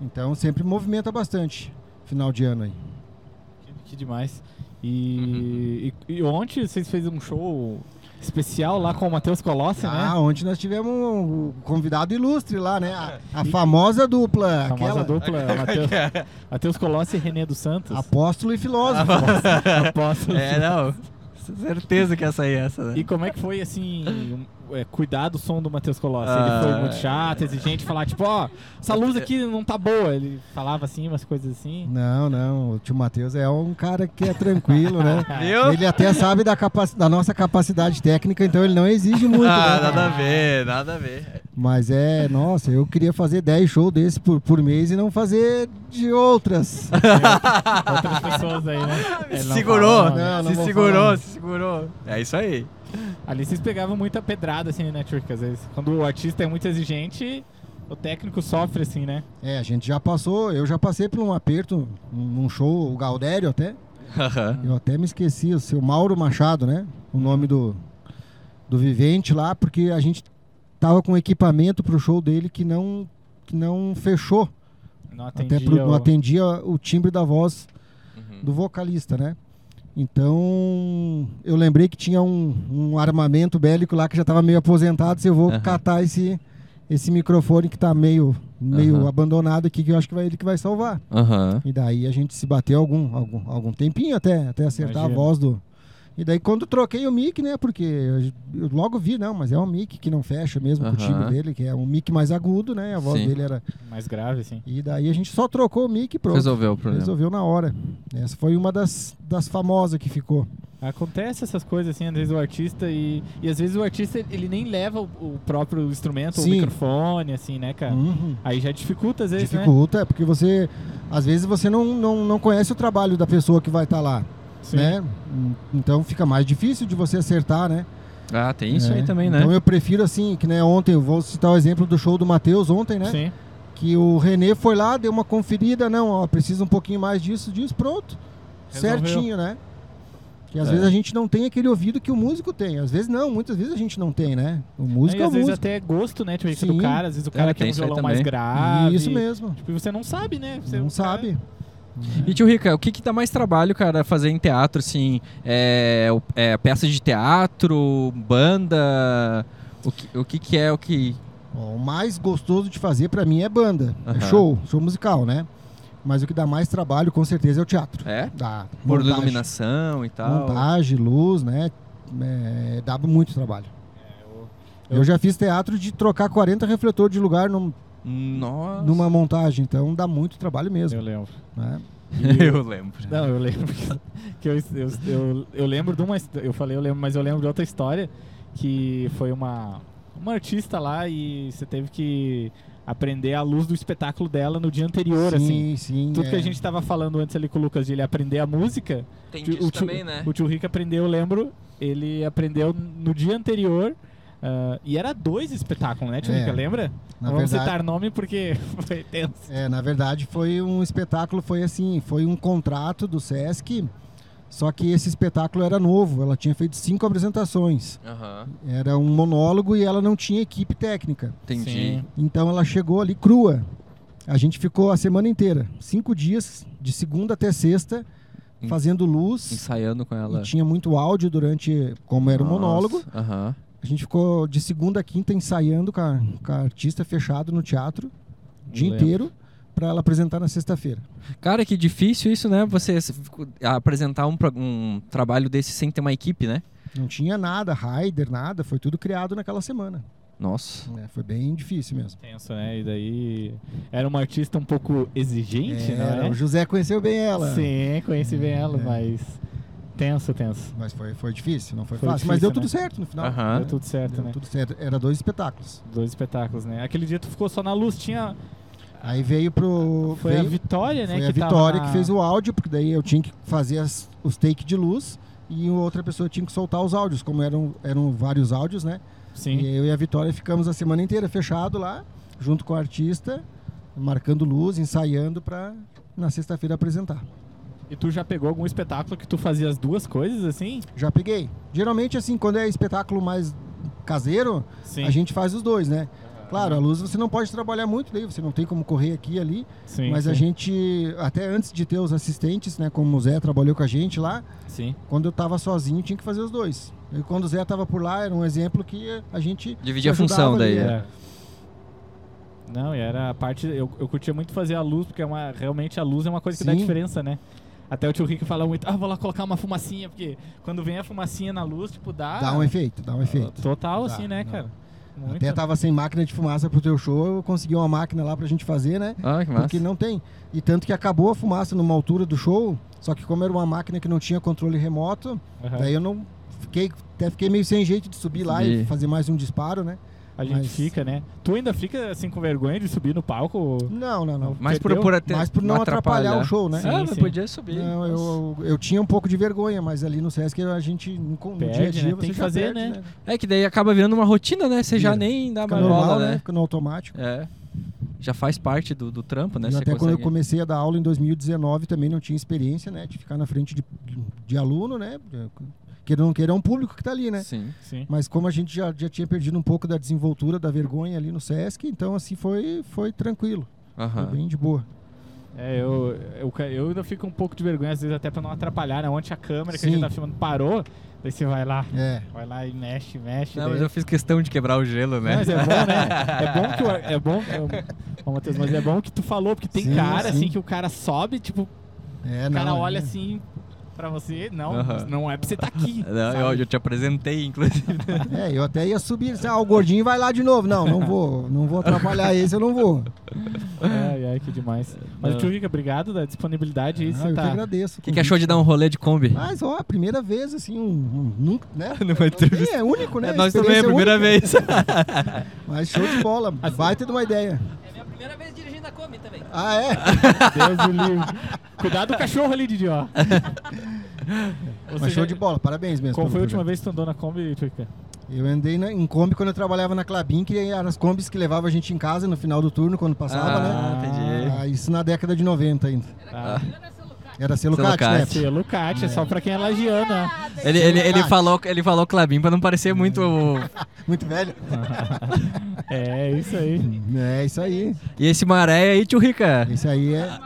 [SPEAKER 9] Então sempre movimenta bastante final de ano aí.
[SPEAKER 1] Que, que demais.
[SPEAKER 2] Uhum.
[SPEAKER 1] E, e- e ontem vocês fez um show especial lá com o Matheus Colossi, né?
[SPEAKER 9] Ah, ontem nós tivemos um convidado ilustre lá, né? A, a famosa dupla,
[SPEAKER 1] A famosa
[SPEAKER 9] aquela,
[SPEAKER 1] dupla,
[SPEAKER 2] [LAUGHS]
[SPEAKER 1] Matheus-
[SPEAKER 2] É.
[SPEAKER 1] Matheus Colossi e René dos Santos.
[SPEAKER 9] apóstolo
[SPEAKER 1] [LAUGHS]
[SPEAKER 9] e filósofo.
[SPEAKER 1] Aposto.
[SPEAKER 2] [LAUGHS] É, não. Certeza que essa aí é essa, né?
[SPEAKER 1] E como é que foi, assim, um, é, cuidar do som do Matheus Colossi? Ele
[SPEAKER 2] Ah,
[SPEAKER 1] foi muito chato, exigente, falar tipo, ó, essa luz aqui não tá boa. Ele falava assim, umas coisas assim.
[SPEAKER 9] Não, não, o tio Matheus é um cara que é tranquilo, né?
[SPEAKER 5] É,
[SPEAKER 2] Viu?
[SPEAKER 9] Ele até sabe da, capaci- da nossa capacidade técnica, então ele não exige muito.
[SPEAKER 2] Ah,
[SPEAKER 9] né?
[SPEAKER 2] nada a ver, nada a ver.
[SPEAKER 9] Mas é, nossa, eu queria fazer 10 shows desse por, por mês e não fazer de outras.
[SPEAKER 1] Outras pessoas aí,
[SPEAKER 2] [LAUGHS]
[SPEAKER 1] né? Ele não
[SPEAKER 2] É. segurou,
[SPEAKER 1] falava, né?
[SPEAKER 9] Não, não
[SPEAKER 2] se
[SPEAKER 9] vou
[SPEAKER 2] segurou,
[SPEAKER 9] falar.
[SPEAKER 2] se segurou. É isso aí.
[SPEAKER 1] Ali vocês pegavam muita pedrada, assim, né, Turk? Às vezes, quando o artista é muito exigente, o técnico sofre, assim, né?
[SPEAKER 9] É, a gente já passou, eu já passei por um aperto num num show, o Gaudério até. Eu até me esqueci, o seu Mauro Machado, né? O nome do, do vivente lá, porque a gente tava com equipamento pro show dele que não, que não fechou.
[SPEAKER 1] Não
[SPEAKER 9] até pro,
[SPEAKER 1] atendia
[SPEAKER 9] não
[SPEAKER 1] o-
[SPEAKER 9] atendia o timbre da voz
[SPEAKER 2] Uhum.
[SPEAKER 9] do vocalista, né? Então, eu lembrei que tinha um, um armamento bélico lá que já estava meio aposentado. Se eu vou
[SPEAKER 2] Aham.
[SPEAKER 9] catar esse, esse microfone que está meio, meio
[SPEAKER 2] Aham.
[SPEAKER 9] abandonado aqui, que eu acho que vai ele que vai salvar.
[SPEAKER 2] Aham.
[SPEAKER 9] E daí a gente se bateu algum, algum, algum tempinho até, até acertar
[SPEAKER 1] Imagino.
[SPEAKER 9] a voz do. E daí quando troquei o mic, né? Porque eu, eu logo vi, não, mas é um mic que não fecha mesmo com o timbre
[SPEAKER 2] Aham.
[SPEAKER 9] dele, que é um mic mais agudo, né? A voz
[SPEAKER 2] Sim.
[SPEAKER 9] dele era.
[SPEAKER 1] Mais grave, assim.
[SPEAKER 9] E daí a gente só trocou o mic e pronto.
[SPEAKER 2] Resolveu o problema.
[SPEAKER 9] Resolveu na hora. Essa foi uma das, das famosas que ficou.
[SPEAKER 1] Acontece essas coisas, assim, às vezes o artista e... E às vezes o artista, ele nem leva o, o próprio instrumento, o
[SPEAKER 9] Sim.
[SPEAKER 1] microfone, assim, né, cara?
[SPEAKER 9] Uhum.
[SPEAKER 1] Aí já dificulta, às vezes, né?
[SPEAKER 9] Dificulta, é porque você. Às vezes você não, não, não conhece o trabalho da pessoa que vai estar lá.
[SPEAKER 1] né?
[SPEAKER 9] né? Hum, Então fica mais difícil de você acertar, né?
[SPEAKER 2] Ah, tem isso
[SPEAKER 9] É.
[SPEAKER 2] aí também, né?
[SPEAKER 9] Então eu prefiro assim, que né, ontem, eu vou citar o exemplo do show do Matheus ontem, né?
[SPEAKER 1] Sim.
[SPEAKER 9] Que o Renê foi lá, deu uma conferida, não, ó, precisa um pouquinho mais disso, disso, pronto.
[SPEAKER 1] Resolveu.
[SPEAKER 9] Certinho, né? Que às
[SPEAKER 2] É.
[SPEAKER 9] vezes a gente não tem aquele ouvido que o músico tem. Às vezes não, muitas vezes a gente não tem, né? O músico
[SPEAKER 1] Aí,
[SPEAKER 9] é o
[SPEAKER 1] às vezes
[SPEAKER 9] músico.
[SPEAKER 1] até é gosto, né, tipo, do
[SPEAKER 9] Sim.
[SPEAKER 1] cara. Às vezes o cara
[SPEAKER 2] É,
[SPEAKER 1] quer
[SPEAKER 2] tem
[SPEAKER 1] um
[SPEAKER 2] isso aí
[SPEAKER 1] violão mais
[SPEAKER 2] também.
[SPEAKER 1] grave.
[SPEAKER 9] Isso mesmo.
[SPEAKER 1] Tipo, você não sabe, né? Você
[SPEAKER 9] não
[SPEAKER 1] o cara-
[SPEAKER 9] sabe. Então-
[SPEAKER 2] E tio Rica, o que, que dá mais trabalho, cara, fazer em teatro, assim? É, o- é peça de teatro, banda? O que, o que, que é o que.
[SPEAKER 9] Ó, o mais gostoso de fazer pra mim é banda, é
[SPEAKER 2] Aham.
[SPEAKER 9] show, show musical, né? Mas o que dá mais trabalho, com certeza, é o teatro.
[SPEAKER 2] É?
[SPEAKER 9] Dá
[SPEAKER 2] Por
[SPEAKER 9] montagem.
[SPEAKER 2] iluminação e tal.
[SPEAKER 9] Montagem, luz, né? É, dá muito trabalho.
[SPEAKER 1] É,
[SPEAKER 9] eu... já fiz teatro de trocar 40 refletor de lugar num-
[SPEAKER 2] Nossa.
[SPEAKER 9] numa montagem, então dá muito trabalho mesmo.
[SPEAKER 1] Eu lembro.
[SPEAKER 9] né?
[SPEAKER 2] [LAUGHS] Eu lembro.
[SPEAKER 1] Não, eu lembro. que- Que eu, eu, eu, eu lembro de uma. his- Eu falei, eu lembro, mas eu lembro de outra história que foi uma, uma artista lá e você teve que aprender a luz do espetáculo dela no dia anterior, assim.
[SPEAKER 9] sim, sim.
[SPEAKER 1] Tudo que
[SPEAKER 9] é.
[SPEAKER 1] a gente tava falando antes ali com o Lucas de ele aprender a música,
[SPEAKER 2] Tem
[SPEAKER 1] Tio- o
[SPEAKER 2] disso
[SPEAKER 1] tio-
[SPEAKER 2] também, né?
[SPEAKER 1] o tio Rick aprendeu, eu lembro, ele aprendeu no dia anterior. ah, e era dois espetáculos, né, tio
[SPEAKER 9] É.
[SPEAKER 1] Rica? Lembra?
[SPEAKER 9] Na
[SPEAKER 1] Não Vamos
[SPEAKER 9] verdade-
[SPEAKER 1] citar nome porque [LAUGHS] foi tenso.
[SPEAKER 9] É, na verdade foi um espetáculo, foi assim, foi um contrato do Sesc, só que esse espetáculo era novo, ela tinha feito cinco apresentações.
[SPEAKER 2] Aham.
[SPEAKER 9] Era um monólogo e ela não tinha equipe técnica.
[SPEAKER 2] Entendi.
[SPEAKER 9] Então ela chegou ali crua. A gente ficou a semana inteira, cinco dias, de segunda até sexta,
[SPEAKER 2] Hum.
[SPEAKER 9] fazendo luz.
[SPEAKER 2] Ensaiando com ela.
[SPEAKER 9] E tinha muito áudio durante, como era o
[SPEAKER 2] Nossa.
[SPEAKER 9] monólogo.
[SPEAKER 2] Aham.
[SPEAKER 9] A gente ficou de segunda a quinta ensaiando com a, com a artista fechado no teatro, o dia
[SPEAKER 1] Lembro.
[SPEAKER 9] inteiro, para ela apresentar na sexta-feira.
[SPEAKER 2] Cara, que difícil isso, né? Você s- apresentar um, pro- um trabalho desse sem ter uma equipe, né?
[SPEAKER 9] Não tinha nada, rider, nada, foi tudo criado naquela semana.
[SPEAKER 2] Nossa.
[SPEAKER 9] né? Foi bem difícil mesmo.
[SPEAKER 1] Tenso, né? E daí. Era uma artista um pouco exigente,
[SPEAKER 9] É,
[SPEAKER 1] não é?
[SPEAKER 9] O José conheceu bem ela. é.
[SPEAKER 1] Sim, conheci bem ela, mas. Tenso, tenso.
[SPEAKER 9] Mas foi, foi difícil, não foi,
[SPEAKER 1] Foi
[SPEAKER 9] fácil. Mas deu
[SPEAKER 1] difícil,
[SPEAKER 9] tudo
[SPEAKER 1] né?
[SPEAKER 9] certo no final.
[SPEAKER 1] Deu
[SPEAKER 2] Aham.
[SPEAKER 1] tudo certo,
[SPEAKER 9] Deu
[SPEAKER 1] né?
[SPEAKER 9] tudo certo. Era dois espetáculos.
[SPEAKER 1] Dois espetáculos, né? Aquele dia tu ficou só na luz, tinha.
[SPEAKER 9] Aí veio pro.
[SPEAKER 1] Foi a
[SPEAKER 9] veio-
[SPEAKER 1] Vitória, né?
[SPEAKER 9] Foi a
[SPEAKER 1] que tava
[SPEAKER 9] Vitória
[SPEAKER 1] na-
[SPEAKER 9] que fez o áudio, porque daí eu tinha que fazer as- os take de luz e outra pessoa tinha que soltar os áudios, como eram, eram vários áudios, né?
[SPEAKER 1] Sim.
[SPEAKER 9] E eu e a Vitória ficamos a semana inteira fechado lá, junto com o artista, marcando luz, ensaiando para na sexta-feira apresentar.
[SPEAKER 1] E tu já pegou algum espetáculo que tu fazia as duas coisas assim?
[SPEAKER 9] Já peguei. Geralmente, assim, quando é espetáculo mais caseiro,
[SPEAKER 1] Sim.
[SPEAKER 9] a gente faz os dois, né? Claro, a luz você não pode trabalhar muito, daí você não tem como correr aqui e ali,
[SPEAKER 1] Sim,
[SPEAKER 9] mas a
[SPEAKER 1] sim.
[SPEAKER 9] gente, até antes de ter os assistentes, né, como o Zé trabalhou com a gente lá,
[SPEAKER 1] Sim.
[SPEAKER 9] quando eu tava sozinho tinha que fazer os dois. E quando o Zé tava por lá, era um exemplo que a gente
[SPEAKER 2] Dividir a
[SPEAKER 9] ajudava
[SPEAKER 2] função daí.
[SPEAKER 9] ali, né?
[SPEAKER 2] é.
[SPEAKER 1] É. Não, e era a parte. Eu, eu curtia muito fazer a luz, porque é uma, realmente a luz é uma coisa que dá
[SPEAKER 9] Sim.
[SPEAKER 1] diferença, né? Até o tio Rick fala muito, ah, vou lá colocar uma fumacinha, porque quando vem a fumacinha na luz, tipo, dá.
[SPEAKER 9] Dá um efeito, dá um efeito.
[SPEAKER 1] Total,
[SPEAKER 9] Dá,
[SPEAKER 1] assim, né,
[SPEAKER 9] dá.
[SPEAKER 1] cara? Muito.
[SPEAKER 9] Até tava sem máquina de fumaça pro teu show, eu consegui uma máquina lá pra gente fazer, né?
[SPEAKER 2] Ah, que
[SPEAKER 9] Porque
[SPEAKER 2] massa.
[SPEAKER 9] não tem. E tanto que acabou a fumaça numa altura do show, só que como era uma máquina que não tinha controle remoto,
[SPEAKER 1] Aham.
[SPEAKER 9] daí eu não fiquei, até fiquei meio sem jeito de subir lá
[SPEAKER 2] Subir.
[SPEAKER 9] e fazer mais um disparo, né?
[SPEAKER 1] A gente
[SPEAKER 9] mas-
[SPEAKER 1] fica, né? Tu ainda fica assim com vergonha de subir no palco?
[SPEAKER 9] Não, não, não.
[SPEAKER 2] Mas por,
[SPEAKER 1] Perdeu?
[SPEAKER 2] por até-
[SPEAKER 9] Mas por não atrapalhar, o show, né?
[SPEAKER 1] Sim,
[SPEAKER 2] ah, mas
[SPEAKER 1] sim.
[SPEAKER 2] podia subir.
[SPEAKER 9] Não, eu, eu tinha um pouco de vergonha, mas ali no Sesc a gente, no, co- no
[SPEAKER 1] Perde,
[SPEAKER 9] dia a dia,
[SPEAKER 1] né?
[SPEAKER 9] você
[SPEAKER 1] Tem que
[SPEAKER 9] já
[SPEAKER 1] fazer,
[SPEAKER 9] perde,
[SPEAKER 1] né?
[SPEAKER 2] É que daí acaba virando uma rotina, né? Você já
[SPEAKER 9] Vira.
[SPEAKER 2] nem dá
[SPEAKER 9] Fica
[SPEAKER 2] mais
[SPEAKER 9] normal,
[SPEAKER 2] bola,
[SPEAKER 9] né?
[SPEAKER 2] né?
[SPEAKER 9] Fica no automático.
[SPEAKER 2] É. Já faz parte do, do trampo, né?
[SPEAKER 9] Eu
[SPEAKER 2] Você
[SPEAKER 9] até quando eu
[SPEAKER 2] consegue-
[SPEAKER 9] comecei a dar aula em 2019 também não tinha experiência, né? De ficar na frente de, de aluno, né? Queira ou não queira, é um público que tá ali, né?
[SPEAKER 2] Sim.
[SPEAKER 1] Sim.
[SPEAKER 9] Mas como a gente já, já tinha perdido um pouco da desenvoltura, da vergonha ali no Sesc, então assim foi, foi tranquilo, foi
[SPEAKER 2] Aham.
[SPEAKER 9] bem de boa.
[SPEAKER 1] É, eu, eu, ca- eu ainda fico um pouco de vergonha, às vezes, até pra não atrapalhar, né? Ontem a câmera que a gente
[SPEAKER 9] Sim.
[SPEAKER 1] tá filmando parou, daí você vai lá,
[SPEAKER 9] É.
[SPEAKER 1] vai lá e mexe, mexe.
[SPEAKER 2] Não,
[SPEAKER 1] daí-
[SPEAKER 2] mas eu fiz questão de quebrar o gelo, né?
[SPEAKER 1] Mas é bom, né? É bom que o, é bom,
[SPEAKER 2] [LAUGHS]
[SPEAKER 1] é, ô, Matheus, mas é bom que tu falou, porque tem
[SPEAKER 9] Sim,
[SPEAKER 1] cara assim
[SPEAKER 9] sim.
[SPEAKER 1] que o cara sobe, tipo,
[SPEAKER 9] É,
[SPEAKER 1] o cara
[SPEAKER 9] não,
[SPEAKER 1] olha
[SPEAKER 9] é.
[SPEAKER 1] assim pra você, não,
[SPEAKER 2] Aham.
[SPEAKER 1] não é pra você estar aqui.
[SPEAKER 2] [LAUGHS] [LAUGHS] Não,
[SPEAKER 1] sabe?
[SPEAKER 2] eu, eu te apresentei,
[SPEAKER 9] [LAUGHS]
[SPEAKER 2] inclusive.
[SPEAKER 9] É, eu até ia subir, assim, ah, o gordinho vai lá de novo. Não, não vou, não vou atrapalhar esse, eu não
[SPEAKER 2] [LAUGHS]
[SPEAKER 9] vou.
[SPEAKER 1] Ai, ai, que demais. Mas
[SPEAKER 2] Não.
[SPEAKER 1] tio Rica, obrigado da disponibilidade aí,
[SPEAKER 9] Ah,
[SPEAKER 1] você
[SPEAKER 9] eu que
[SPEAKER 1] tá.
[SPEAKER 9] agradeço. o
[SPEAKER 2] O que, que
[SPEAKER 9] convite.
[SPEAKER 2] achou de dar um rolê de Kombi?
[SPEAKER 9] Mas, ó, a primeira vez, assim, um, um- nunca, né?
[SPEAKER 2] [LAUGHS] Numa entrevista.
[SPEAKER 9] É, é único, né?
[SPEAKER 2] É, nós também, é a
[SPEAKER 9] Experiência
[SPEAKER 2] primeira vez.
[SPEAKER 9] [LAUGHS] única. Mas show de bola, vai ter uma ideia.
[SPEAKER 4] É minha primeira vez dirigindo a Kombi também.
[SPEAKER 9] Ah, é?
[SPEAKER 1] [LAUGHS] Deus do livre. Cuidado com o cachorro ali, Didi,
[SPEAKER 9] [LAUGHS]
[SPEAKER 1] ó. Você
[SPEAKER 9] Mas
[SPEAKER 1] já-
[SPEAKER 9] show de bola, parabéns mesmo.
[SPEAKER 1] Qual
[SPEAKER 9] pelo
[SPEAKER 1] foi a última
[SPEAKER 9] projeto.
[SPEAKER 1] vez que tu andou na Kombi, tio Rica?
[SPEAKER 9] Eu andei na- em Kombi quando eu trabalhava na Clabin, que eram as Kombis que levavam a gente em casa no final do turno, quando passava, né?
[SPEAKER 2] Ah, entendi.
[SPEAKER 9] Ah, isso na década de 90 ainda.
[SPEAKER 1] Ah,
[SPEAKER 9] Era Celucate, né?
[SPEAKER 2] Celucate.
[SPEAKER 1] Selo Kátia, só pra quem é
[SPEAKER 2] [LAUGHS]
[SPEAKER 1] lagiana.
[SPEAKER 2] Ele, ele, ele,
[SPEAKER 9] Verdade.
[SPEAKER 2] falou, ele falou Clabin pra não parecer muito.
[SPEAKER 9] Muito velho.
[SPEAKER 1] É, isso aí.
[SPEAKER 9] É isso aí.
[SPEAKER 2] E esse maré aí, tio Rica?
[SPEAKER 9] Esse aí é.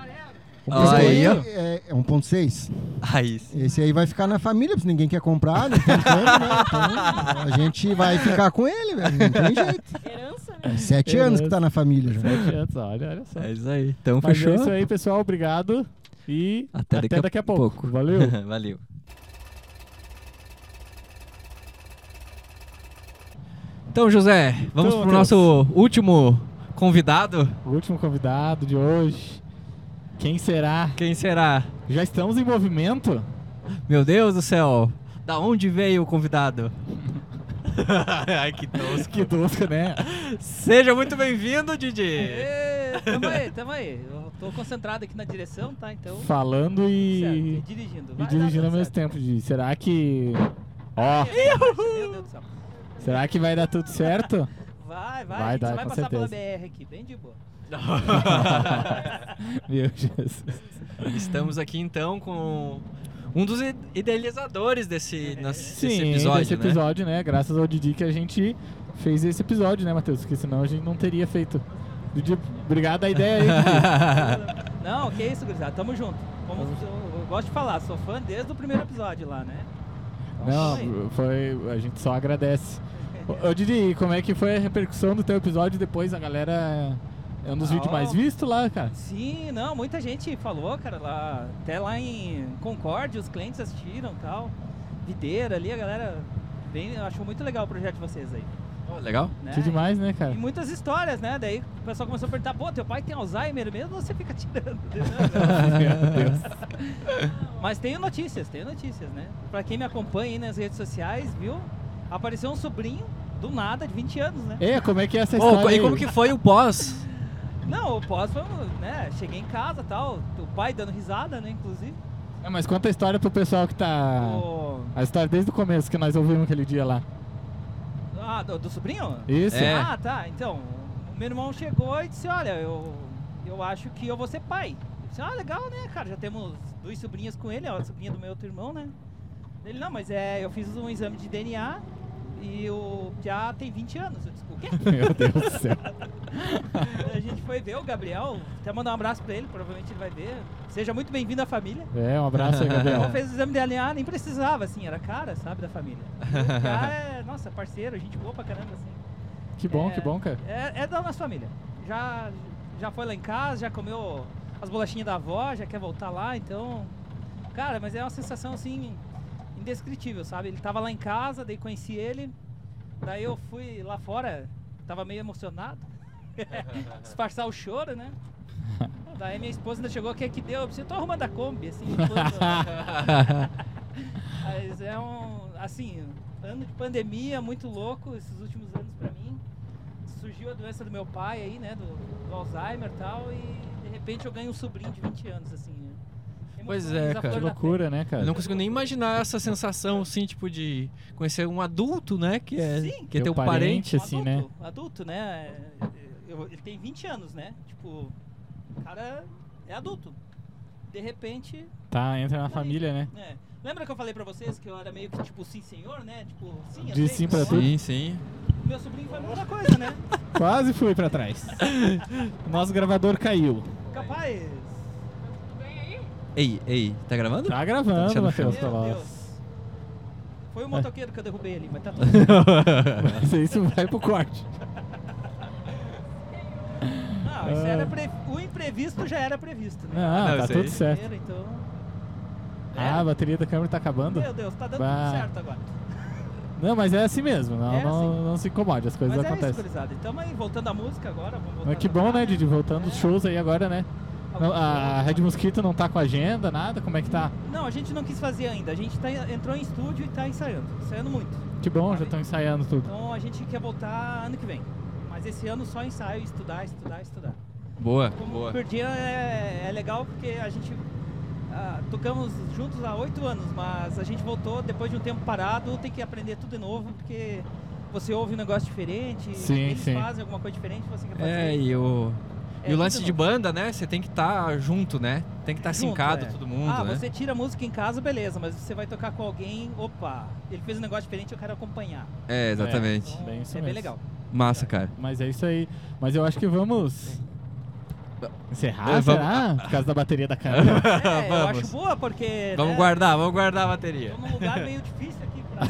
[SPEAKER 1] Um
[SPEAKER 2] Ah, aí, ó.
[SPEAKER 9] é, é 1.6.
[SPEAKER 2] Aí sim.
[SPEAKER 9] Esse aí vai ficar na família, porque ninguém quer comprar, não tem como, né? Então, a gente vai ficar com ele, velho. Não tem jeito.
[SPEAKER 3] Herança, né?
[SPEAKER 9] É sete
[SPEAKER 1] Beleza.
[SPEAKER 9] anos que tá na família já.
[SPEAKER 1] Sete anos, olha, olha só.
[SPEAKER 2] É isso aí. Então
[SPEAKER 1] Mas
[SPEAKER 2] fechou.
[SPEAKER 1] é
[SPEAKER 2] [LAUGHS]
[SPEAKER 1] isso aí, pessoal. Obrigado. E
[SPEAKER 2] Até daqui a pouco. [LAUGHS]
[SPEAKER 1] Valeu.
[SPEAKER 2] Valeu. Então, José, vamos
[SPEAKER 1] Então, Matheus.
[SPEAKER 2] pro nosso último convidado.
[SPEAKER 1] O último convidado de hoje. Quem será?
[SPEAKER 2] Quem será?
[SPEAKER 1] Já estamos em movimento?
[SPEAKER 2] Meu Deus do céu. Da onde veio o convidado? Ai, que tosco.
[SPEAKER 1] Que tosco, né?
[SPEAKER 2] Seja muito bem-vindo, Didi.
[SPEAKER 4] Ê, tamo aí, tamo aí. Eu tô concentrado aqui na direção, tá? Então.
[SPEAKER 1] Falando
[SPEAKER 4] certo,
[SPEAKER 1] e,
[SPEAKER 4] E dirigindo.
[SPEAKER 1] e
[SPEAKER 4] Vai dar
[SPEAKER 1] dirigindo
[SPEAKER 4] tudo
[SPEAKER 1] ao mesmo
[SPEAKER 4] certo.
[SPEAKER 1] tempo. Didi. Será que. Ó,
[SPEAKER 4] Meu Deus do céu.
[SPEAKER 1] será que vai dar tudo
[SPEAKER 2] [LAUGHS]
[SPEAKER 1] certo?
[SPEAKER 4] Vai, vai.
[SPEAKER 1] Vai
[SPEAKER 4] a gente
[SPEAKER 1] dar,
[SPEAKER 4] só vai
[SPEAKER 1] com
[SPEAKER 4] passar pela
[SPEAKER 1] certeza.
[SPEAKER 4] BR aqui, bem
[SPEAKER 1] [LAUGHS]
[SPEAKER 4] de boa.
[SPEAKER 1] Meu Jesus.
[SPEAKER 2] Estamos aqui então com um dos i- idealizadores desse, nas-
[SPEAKER 1] Sim,
[SPEAKER 2] desse episódio,
[SPEAKER 1] desse
[SPEAKER 2] né?
[SPEAKER 1] episódio, né? Graças ao Didi que a gente fez esse episódio, né, Matheus? Porque senão a gente não teria feito. Didi, obrigado a ideia aí.
[SPEAKER 2] [LAUGHS]
[SPEAKER 1] Didi.
[SPEAKER 4] Não, que isso, gurizada. Tamo junto. Como eu, eu gosto de falar, sou fã desde o primeiro episódio lá, né? Então, tamo aí.
[SPEAKER 1] Não, foi. A gente só agradece. Ô, ô, Didi, como é que foi a repercussão do teu episódio depois? A galera. É um dos
[SPEAKER 4] Ah,
[SPEAKER 1] vídeos
[SPEAKER 4] ó.
[SPEAKER 1] mais vistos lá, cara.
[SPEAKER 4] Sim, não, muita gente falou, cara, lá, até lá em Concórdia, os clientes assistiram e tal. Videira ali, a galera bem, achou muito legal o projeto de vocês aí.
[SPEAKER 2] Legal?
[SPEAKER 4] né?
[SPEAKER 1] Que demais, né,
[SPEAKER 4] E
[SPEAKER 1] cara?
[SPEAKER 4] muitas histórias, né? Daí o pessoal começou a perguntar, pô, teu pai tem Alzheimer mesmo? Você fica tirando. [LAUGHS]
[SPEAKER 1] [LAUGHS]
[SPEAKER 4] Mas tenho notícias, tenho notícias, né? Pra quem me acompanha aí nas redes sociais, viu? Apareceu um sobrinho, do nada, de 20 anos, né?
[SPEAKER 1] É, como é que é essa
[SPEAKER 2] Ô,
[SPEAKER 1] história?
[SPEAKER 2] e
[SPEAKER 1] aí?
[SPEAKER 2] como que foi o pós?
[SPEAKER 4] Não, o pós foi, um, né? Cheguei em casa tal, o pai dando risada, né? Inclusive.
[SPEAKER 1] É, mas conta a história pro pessoal que tá.
[SPEAKER 4] O-
[SPEAKER 1] A história desde o começo que nós ouvimos aquele dia lá.
[SPEAKER 4] Ah, do, do sobrinho?
[SPEAKER 1] Isso?
[SPEAKER 2] É.
[SPEAKER 4] Ah, tá. Então, o meu irmão chegou e disse, olha, eu, eu acho que eu vou ser pai. Eu disse, ah, legal, né, cara? Já temos duas sobrinhas com ele, ó, a sobrinha do meu outro irmão, né? Ele, não, mas é, eu fiz um exame de DNA e o já tem 20 anos. Eu disse,
[SPEAKER 1] [LAUGHS]
[SPEAKER 4] o quê?
[SPEAKER 1] [LAUGHS] Meu Deus do céu.
[SPEAKER 4] a gente foi ver o Gabriel, até mandar um abraço pra ele, provavelmente ele vai ver. Seja muito bem-vindo à família.
[SPEAKER 1] É, um abraço aí, Gabriel.
[SPEAKER 2] [LAUGHS]
[SPEAKER 4] Então fez o exame de DNA, nem precisava, assim, era cara, sabe, da
[SPEAKER 1] [LAUGHS]
[SPEAKER 4] família. E o cara é, nossa, parceiro, gente boa pra caramba, assim.
[SPEAKER 1] Que bom,
[SPEAKER 4] É.
[SPEAKER 1] que bom,
[SPEAKER 2] [LAUGHS]
[SPEAKER 1] cara.
[SPEAKER 4] É, é da nossa família. Já, já foi lá em casa, já comeu as bolachinhas da avó, já quer voltar lá, então. Cara, mas é uma sensação assim indescritível, sabe? Ele tava lá em casa, daí conheci ele, daí eu fui lá fora, tava meio emocionado. [LAUGHS] Disfarçar o choro, né? Daí minha esposa ainda chegou, o que é que deu? Eu disse, tô arrumando a Kombi, assim. enquanto- Mas é um, assim, ano de pandemia, muito louco esses últimos anos pra mim surgiu a doença do meu pai aí, né? Do, do Alzheimer e tal, e de repente eu ganho um sobrinho de 20 anos, assim. né?
[SPEAKER 2] Pois
[SPEAKER 4] Emoções
[SPEAKER 2] é,
[SPEAKER 4] à
[SPEAKER 2] cara.
[SPEAKER 4] flor
[SPEAKER 1] Que
[SPEAKER 4] da
[SPEAKER 1] loucura, né, cara?
[SPEAKER 2] Eu não consigo nem imaginar essa sensação, assim, tipo, de conhecer um adulto, né? Que é,
[SPEAKER 4] Sim.
[SPEAKER 2] que é
[SPEAKER 1] Teu
[SPEAKER 2] teu parente.
[SPEAKER 4] pele. Um
[SPEAKER 1] assim, né?
[SPEAKER 4] adulto, Adulto, né? Eu- ele tem 20 anos, né? Tipo, o cara é adulto. De repente,
[SPEAKER 1] Tá, entra na família, né?
[SPEAKER 4] né? Lembra que eu falei pra vocês que eu era meio que tipo sim senhor, né? Tipo, sim,
[SPEAKER 1] De
[SPEAKER 4] aceito,
[SPEAKER 1] sim pra
[SPEAKER 4] não é?
[SPEAKER 1] tudo.
[SPEAKER 2] Sim, sim.
[SPEAKER 4] Meu sobrinho foi a mesma
[SPEAKER 1] [LAUGHS]
[SPEAKER 4] coisa, né?
[SPEAKER 1] Quase fui pra
[SPEAKER 2] [LAUGHS]
[SPEAKER 1] trás. Nosso gravador caiu.
[SPEAKER 4] Capaz.
[SPEAKER 2] Ei, ei, tá gravando?
[SPEAKER 1] Tá
[SPEAKER 2] Tá
[SPEAKER 1] gravando,
[SPEAKER 2] deixando
[SPEAKER 1] Matheus
[SPEAKER 4] Meu
[SPEAKER 1] Palocci.
[SPEAKER 4] Deus.
[SPEAKER 1] É.
[SPEAKER 4] Foi o motoqueiro que eu derrubei ali, mas
[SPEAKER 1] [LAUGHS]
[SPEAKER 4] tá tudo
[SPEAKER 1] Mas Isso vai pro corte.
[SPEAKER 4] Não, Ah,
[SPEAKER 1] É.
[SPEAKER 4] isso era pre- o imprevisto já era previsto, né?
[SPEAKER 1] Não,
[SPEAKER 2] Não,
[SPEAKER 1] tá
[SPEAKER 2] isso
[SPEAKER 1] tudo
[SPEAKER 2] aí.
[SPEAKER 1] certo.
[SPEAKER 4] Então, É.
[SPEAKER 1] Ah, a bateria da câmera tá acabando?
[SPEAKER 4] meu Deus, tá dando
[SPEAKER 1] Bah.
[SPEAKER 4] tudo certo agora.
[SPEAKER 1] Não, mas é assim mesmo. Não,
[SPEAKER 4] É
[SPEAKER 1] não,
[SPEAKER 4] assim.
[SPEAKER 1] não se incomode, as coisas
[SPEAKER 4] Mas é isso,
[SPEAKER 1] acontecem.
[SPEAKER 4] gurizada. Então, aí, voltando à música agora, vamos voltar
[SPEAKER 1] Mas que
[SPEAKER 4] pra
[SPEAKER 1] bom,
[SPEAKER 4] cá.
[SPEAKER 1] né, Didi? Voltando os
[SPEAKER 4] É.
[SPEAKER 1] shows aí agora, né? Não,
[SPEAKER 4] Algum- né?
[SPEAKER 1] a Red Mosquito não tá com agenda, nada? Como é que tá?
[SPEAKER 4] Não, a gente não quis fazer ainda. A gente tá, entrou em estúdio e tá ensaiando. Ensaiando muito.
[SPEAKER 1] Que bom, já estão ensaiando tudo.
[SPEAKER 4] Então, a gente quer voltar ano que vem. Mas esse ano só ensaio, estudar, estudar, estudar.
[SPEAKER 2] Boa,
[SPEAKER 4] Como
[SPEAKER 2] boa.
[SPEAKER 4] Perdia é, é legal porque a gente ah, tocamos juntos há oito anos, mas a gente voltou depois de um tempo parado, tem que aprender tudo de novo, porque você ouve um negócio diferente,
[SPEAKER 1] Sim,
[SPEAKER 4] eles
[SPEAKER 1] sim.
[SPEAKER 4] fazem alguma coisa diferente, você quer fazer.
[SPEAKER 2] É, e o,
[SPEAKER 4] É,
[SPEAKER 2] e o
[SPEAKER 4] tudo
[SPEAKER 2] lance de
[SPEAKER 4] novo.
[SPEAKER 2] banda, né? Você tem que estar junto, né? Tem que estar
[SPEAKER 4] Junto,
[SPEAKER 2] sincado
[SPEAKER 4] é.
[SPEAKER 2] todo mundo,
[SPEAKER 4] ah,
[SPEAKER 2] né?
[SPEAKER 4] você tira a música em casa, beleza, mas você vai tocar com alguém, opa, ele fez um negócio diferente, eu quero acompanhar.
[SPEAKER 2] É, exatamente.
[SPEAKER 4] Então,
[SPEAKER 1] Bem isso
[SPEAKER 4] é bem
[SPEAKER 1] mesmo.
[SPEAKER 2] [LAUGHS]
[SPEAKER 4] legal.
[SPEAKER 2] Massa, cara.
[SPEAKER 1] Mas é isso aí. Mas eu acho que vamos. Encerrar,
[SPEAKER 2] É, vamos-
[SPEAKER 1] será? Por causa da bateria da
[SPEAKER 4] [LAUGHS]
[SPEAKER 1] câmera. [LAUGHS]
[SPEAKER 4] É, eu
[SPEAKER 2] Vamos.
[SPEAKER 4] acho boa porque.
[SPEAKER 2] Vamos
[SPEAKER 4] né,
[SPEAKER 2] guardar, vamos guardar a bateria.
[SPEAKER 4] Tô num lugar meio difícil aqui pra.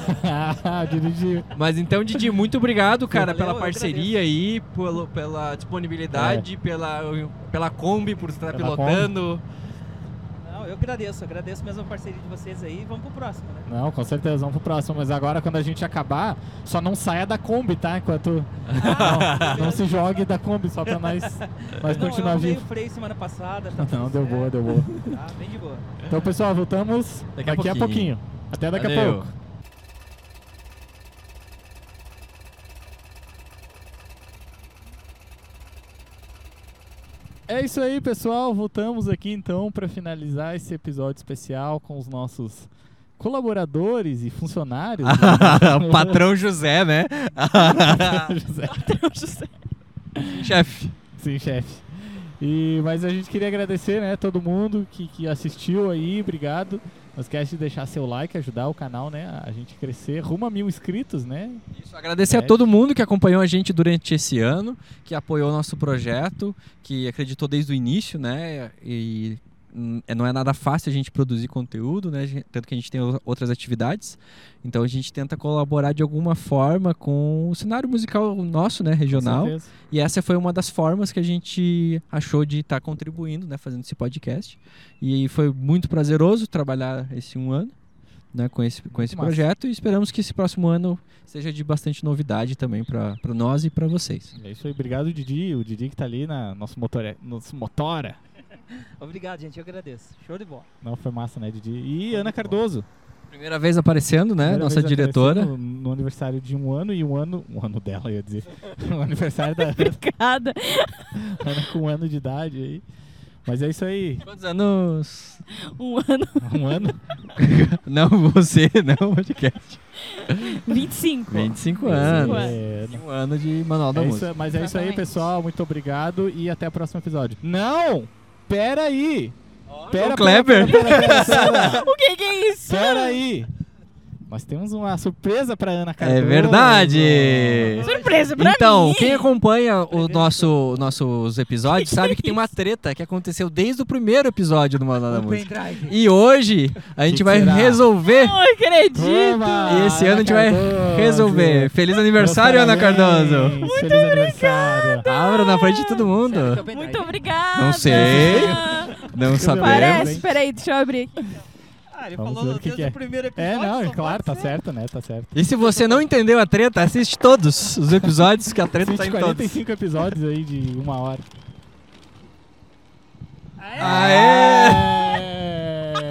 [SPEAKER 1] ah, dirigir.
[SPEAKER 2] Mas então, Didi, muito obrigado, cara,
[SPEAKER 4] Valeu,
[SPEAKER 2] pela
[SPEAKER 4] eu
[SPEAKER 2] parceria aí, pelo, pela disponibilidade, pela, pela Kombi, por estar
[SPEAKER 1] Pela
[SPEAKER 2] pilotando.
[SPEAKER 4] Não, eu agradeço, agradeço mesmo a parceria de vocês aí. Vamos pro próximo, né?
[SPEAKER 1] Não, com certeza, vamos pro próximo. Mas agora, quando a gente acabar, só não saia da Kombi, tá?
[SPEAKER 2] [LAUGHS]
[SPEAKER 1] Enquanto.
[SPEAKER 4] Ah,
[SPEAKER 1] Não se jogue da Kombi, só pra nós, nós
[SPEAKER 4] não,
[SPEAKER 1] continuar
[SPEAKER 4] eu dei o
[SPEAKER 1] vivo.
[SPEAKER 4] freio semana passada. Tá tudo
[SPEAKER 1] Não, deu boa,
[SPEAKER 4] certo.
[SPEAKER 1] deu boa.
[SPEAKER 4] Tá, bem de boa.
[SPEAKER 1] Então, pessoal, voltamos
[SPEAKER 2] Daqui a
[SPEAKER 1] daqui a
[SPEAKER 2] pouquinho.
[SPEAKER 1] pouquinho. Até daqui a
[SPEAKER 2] Valeu.
[SPEAKER 1] pouco. É isso aí, pessoal. Voltamos aqui então para finalizar esse episódio especial com os nossos colaboradores e funcionários. né?
[SPEAKER 2] [LAUGHS] O Patrão José, né?
[SPEAKER 1] José.
[SPEAKER 2] [LAUGHS] Chefe.
[SPEAKER 1] [LAUGHS] Sim, chefe. E, mas a gente queria agradecer, né, todo mundo que, que assistiu aí, obrigado. Não esquece de deixar seu like, ajudar o canal, né, a gente crescer. Rumo a mil inscritos, né?
[SPEAKER 2] Isso, agradecer a todo mundo que acompanhou a gente durante esse ano, que apoiou o nosso projeto, que acreditou desde o início, né? E hum, é- não é nada fácil a gente produzir conteúdo, né? gen- Tanto que a gente tem o- outras atividades. Então a gente tenta colaborar de alguma forma com o cenário musical nosso, né?
[SPEAKER 1] Com
[SPEAKER 2] Regional.
[SPEAKER 1] certeza.
[SPEAKER 2] E essa foi uma das formas que a gente achou de tá estar contribuindo, né, fazendo esse podcast. E foi muito prazeroso trabalhar esse um ano. né, com esse, com esse
[SPEAKER 1] Massa.
[SPEAKER 2] projeto e esperamos que esse próximo ano seja de bastante novidade também para nós e para vocês.
[SPEAKER 1] É isso aí, obrigado Didi, o Didi que tá ali na nosso motore, nosso motora.
[SPEAKER 4] Obrigado, gente, eu agradeço. Show de bola.
[SPEAKER 1] Não foi massa, né, Didi? E Ana Cardoso.
[SPEAKER 2] Primeira vez aparecendo, né?
[SPEAKER 1] primeira
[SPEAKER 2] É, nossa
[SPEAKER 1] vez
[SPEAKER 2] diretora.
[SPEAKER 1] aparecendo No, no aniversário de um ano e um ano, um ano dela, eu ia dizer. [LAUGHS] o aniversário da
[SPEAKER 3] Cada.
[SPEAKER 1] Ana com um ano de idade aí. Mas é isso aí,
[SPEAKER 2] Quantos anos?
[SPEAKER 3] Um ano,
[SPEAKER 1] um ano.
[SPEAKER 2] [LAUGHS] Não, você, [LAUGHS] não, o podcast.
[SPEAKER 3] 25.
[SPEAKER 2] 25
[SPEAKER 3] anos.
[SPEAKER 2] anos.
[SPEAKER 1] É,
[SPEAKER 2] Um ano de Manual da
[SPEAKER 1] É
[SPEAKER 2] Música.
[SPEAKER 1] isso- mas é isso aí,
[SPEAKER 10] Exatamente.
[SPEAKER 1] pessoal. Muito obrigado e até o próximo episódio. Não! Pera aí!
[SPEAKER 2] João Kleber.
[SPEAKER 1] Pera, pera, pera,
[SPEAKER 4] [LAUGHS]
[SPEAKER 1] pera,
[SPEAKER 3] O que, que é isso?
[SPEAKER 1] pera aí! Nós temos uma surpresa pra Ana Cardoso.
[SPEAKER 2] É verdade!
[SPEAKER 3] Surpresa pra
[SPEAKER 2] Então,
[SPEAKER 3] mim.
[SPEAKER 2] quem acompanha o nosso, nossos episódios sabe que tem uma treta que aconteceu desde o primeiro episódio do Manual da
[SPEAKER 4] Um
[SPEAKER 2] Música.
[SPEAKER 4] pendrive.
[SPEAKER 2] E hoje a gente
[SPEAKER 1] Que
[SPEAKER 2] vai
[SPEAKER 1] será?
[SPEAKER 2] resolver.
[SPEAKER 3] Não acredito.
[SPEAKER 1] Toma,
[SPEAKER 2] E esse ano a gente vai
[SPEAKER 1] Ah, Cardoso.
[SPEAKER 2] resolver. Feliz
[SPEAKER 1] Meus
[SPEAKER 2] aniversário, Ana
[SPEAKER 1] parabéns,
[SPEAKER 2] Cardoso!
[SPEAKER 1] Feliz aniversário!
[SPEAKER 2] Abra na frente de todo
[SPEAKER 1] É.
[SPEAKER 2] mundo.
[SPEAKER 3] Muito obrigada.
[SPEAKER 2] Não sei. Não sabemos.
[SPEAKER 3] Parece. Peraí, deixa eu abrir. aqui.
[SPEAKER 4] Ah, ele
[SPEAKER 1] Vamos
[SPEAKER 4] falou
[SPEAKER 1] ver o que
[SPEAKER 4] desde
[SPEAKER 1] que é.
[SPEAKER 4] o primeiro
[SPEAKER 1] É,
[SPEAKER 4] episódio.
[SPEAKER 1] não,
[SPEAKER 4] só
[SPEAKER 1] é
[SPEAKER 4] pode
[SPEAKER 1] claro, tá
[SPEAKER 4] ser.
[SPEAKER 1] certo, né? Tá certo.
[SPEAKER 2] E se você não entendeu a treta, assiste todos os episódios que a treta tá
[SPEAKER 1] Assiste
[SPEAKER 2] em todos.
[SPEAKER 1] 45 episódios aí de uma
[SPEAKER 4] [LAUGHS]
[SPEAKER 1] hora.
[SPEAKER 2] Aê!
[SPEAKER 1] É.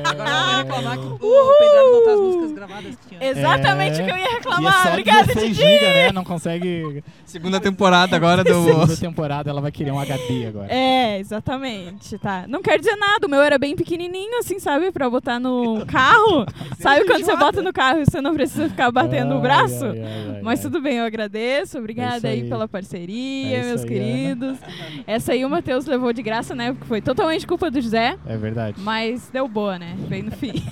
[SPEAKER 4] Agora eu vou reclamar que o pendrive não tá as músicas gravadas que tinha.
[SPEAKER 3] Exatamente
[SPEAKER 1] É.
[SPEAKER 3] o que eu ia
[SPEAKER 1] E é
[SPEAKER 3] reclamar.
[SPEAKER 1] só
[SPEAKER 3] Obrigada,
[SPEAKER 1] 16
[SPEAKER 3] Didi.
[SPEAKER 1] giga, né? Não consegue.
[SPEAKER 2] Segunda temporada agora
[SPEAKER 1] Segunda
[SPEAKER 2] do.
[SPEAKER 1] temporada ela vai querer um HD agora.
[SPEAKER 3] É, exatamente, tá. Não quer dizer nada, o meu era bem pequenininho, assim, sabe? Pra botar no carro. sabe quando você bota no carro e você não precisa ficar batendo o
[SPEAKER 1] é Ai,
[SPEAKER 3] braço?
[SPEAKER 1] ai, ai, ai,
[SPEAKER 3] Mas
[SPEAKER 1] ai.
[SPEAKER 3] tudo bem, eu agradeço. Obrigada
[SPEAKER 1] É isso
[SPEAKER 3] aí
[SPEAKER 1] aí.
[SPEAKER 3] pela parceria,
[SPEAKER 1] É isso
[SPEAKER 3] meus
[SPEAKER 1] aí,
[SPEAKER 3] queridos. Essa aí o Matheus levou de graça, né? Porque foi totalmente culpa do José,
[SPEAKER 1] É verdade.
[SPEAKER 3] mas deu boa, né? Bem no fim.
[SPEAKER 1] [LAUGHS]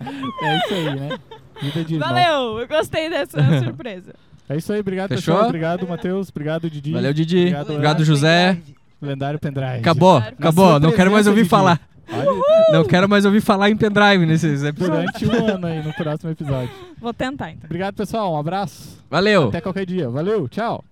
[SPEAKER 1] É isso aí,
[SPEAKER 3] [LAUGHS]
[SPEAKER 1] né? Vida de irmão.
[SPEAKER 3] Valeu, eu
[SPEAKER 1] [LAUGHS]
[SPEAKER 3] gostei dessa surpresa.
[SPEAKER 1] É isso aí, obrigado,
[SPEAKER 2] Fechou?
[SPEAKER 1] pessoal. Obrigado, Matheus. Obrigado, Didi.
[SPEAKER 2] Valeu, Didi.
[SPEAKER 1] Obrigado,
[SPEAKER 2] Obrigado,
[SPEAKER 1] Ana.
[SPEAKER 2] José.
[SPEAKER 1] Lendário Pendrive.
[SPEAKER 2] Acabou,
[SPEAKER 3] Claro.
[SPEAKER 2] acabou.
[SPEAKER 1] Nossa
[SPEAKER 2] Não quero mais
[SPEAKER 1] presença,
[SPEAKER 2] ouvir
[SPEAKER 1] Didi.
[SPEAKER 2] falar.
[SPEAKER 1] Olha,
[SPEAKER 2] Não quero mais ouvir falar em pendrive nesses episódios.
[SPEAKER 1] durante um ano aí no próximo episódio.
[SPEAKER 3] Vou tentar, então.
[SPEAKER 1] Obrigado, pessoal. Um abraço.
[SPEAKER 2] Valeu!
[SPEAKER 1] Até qualquer dia. Valeu, tchau.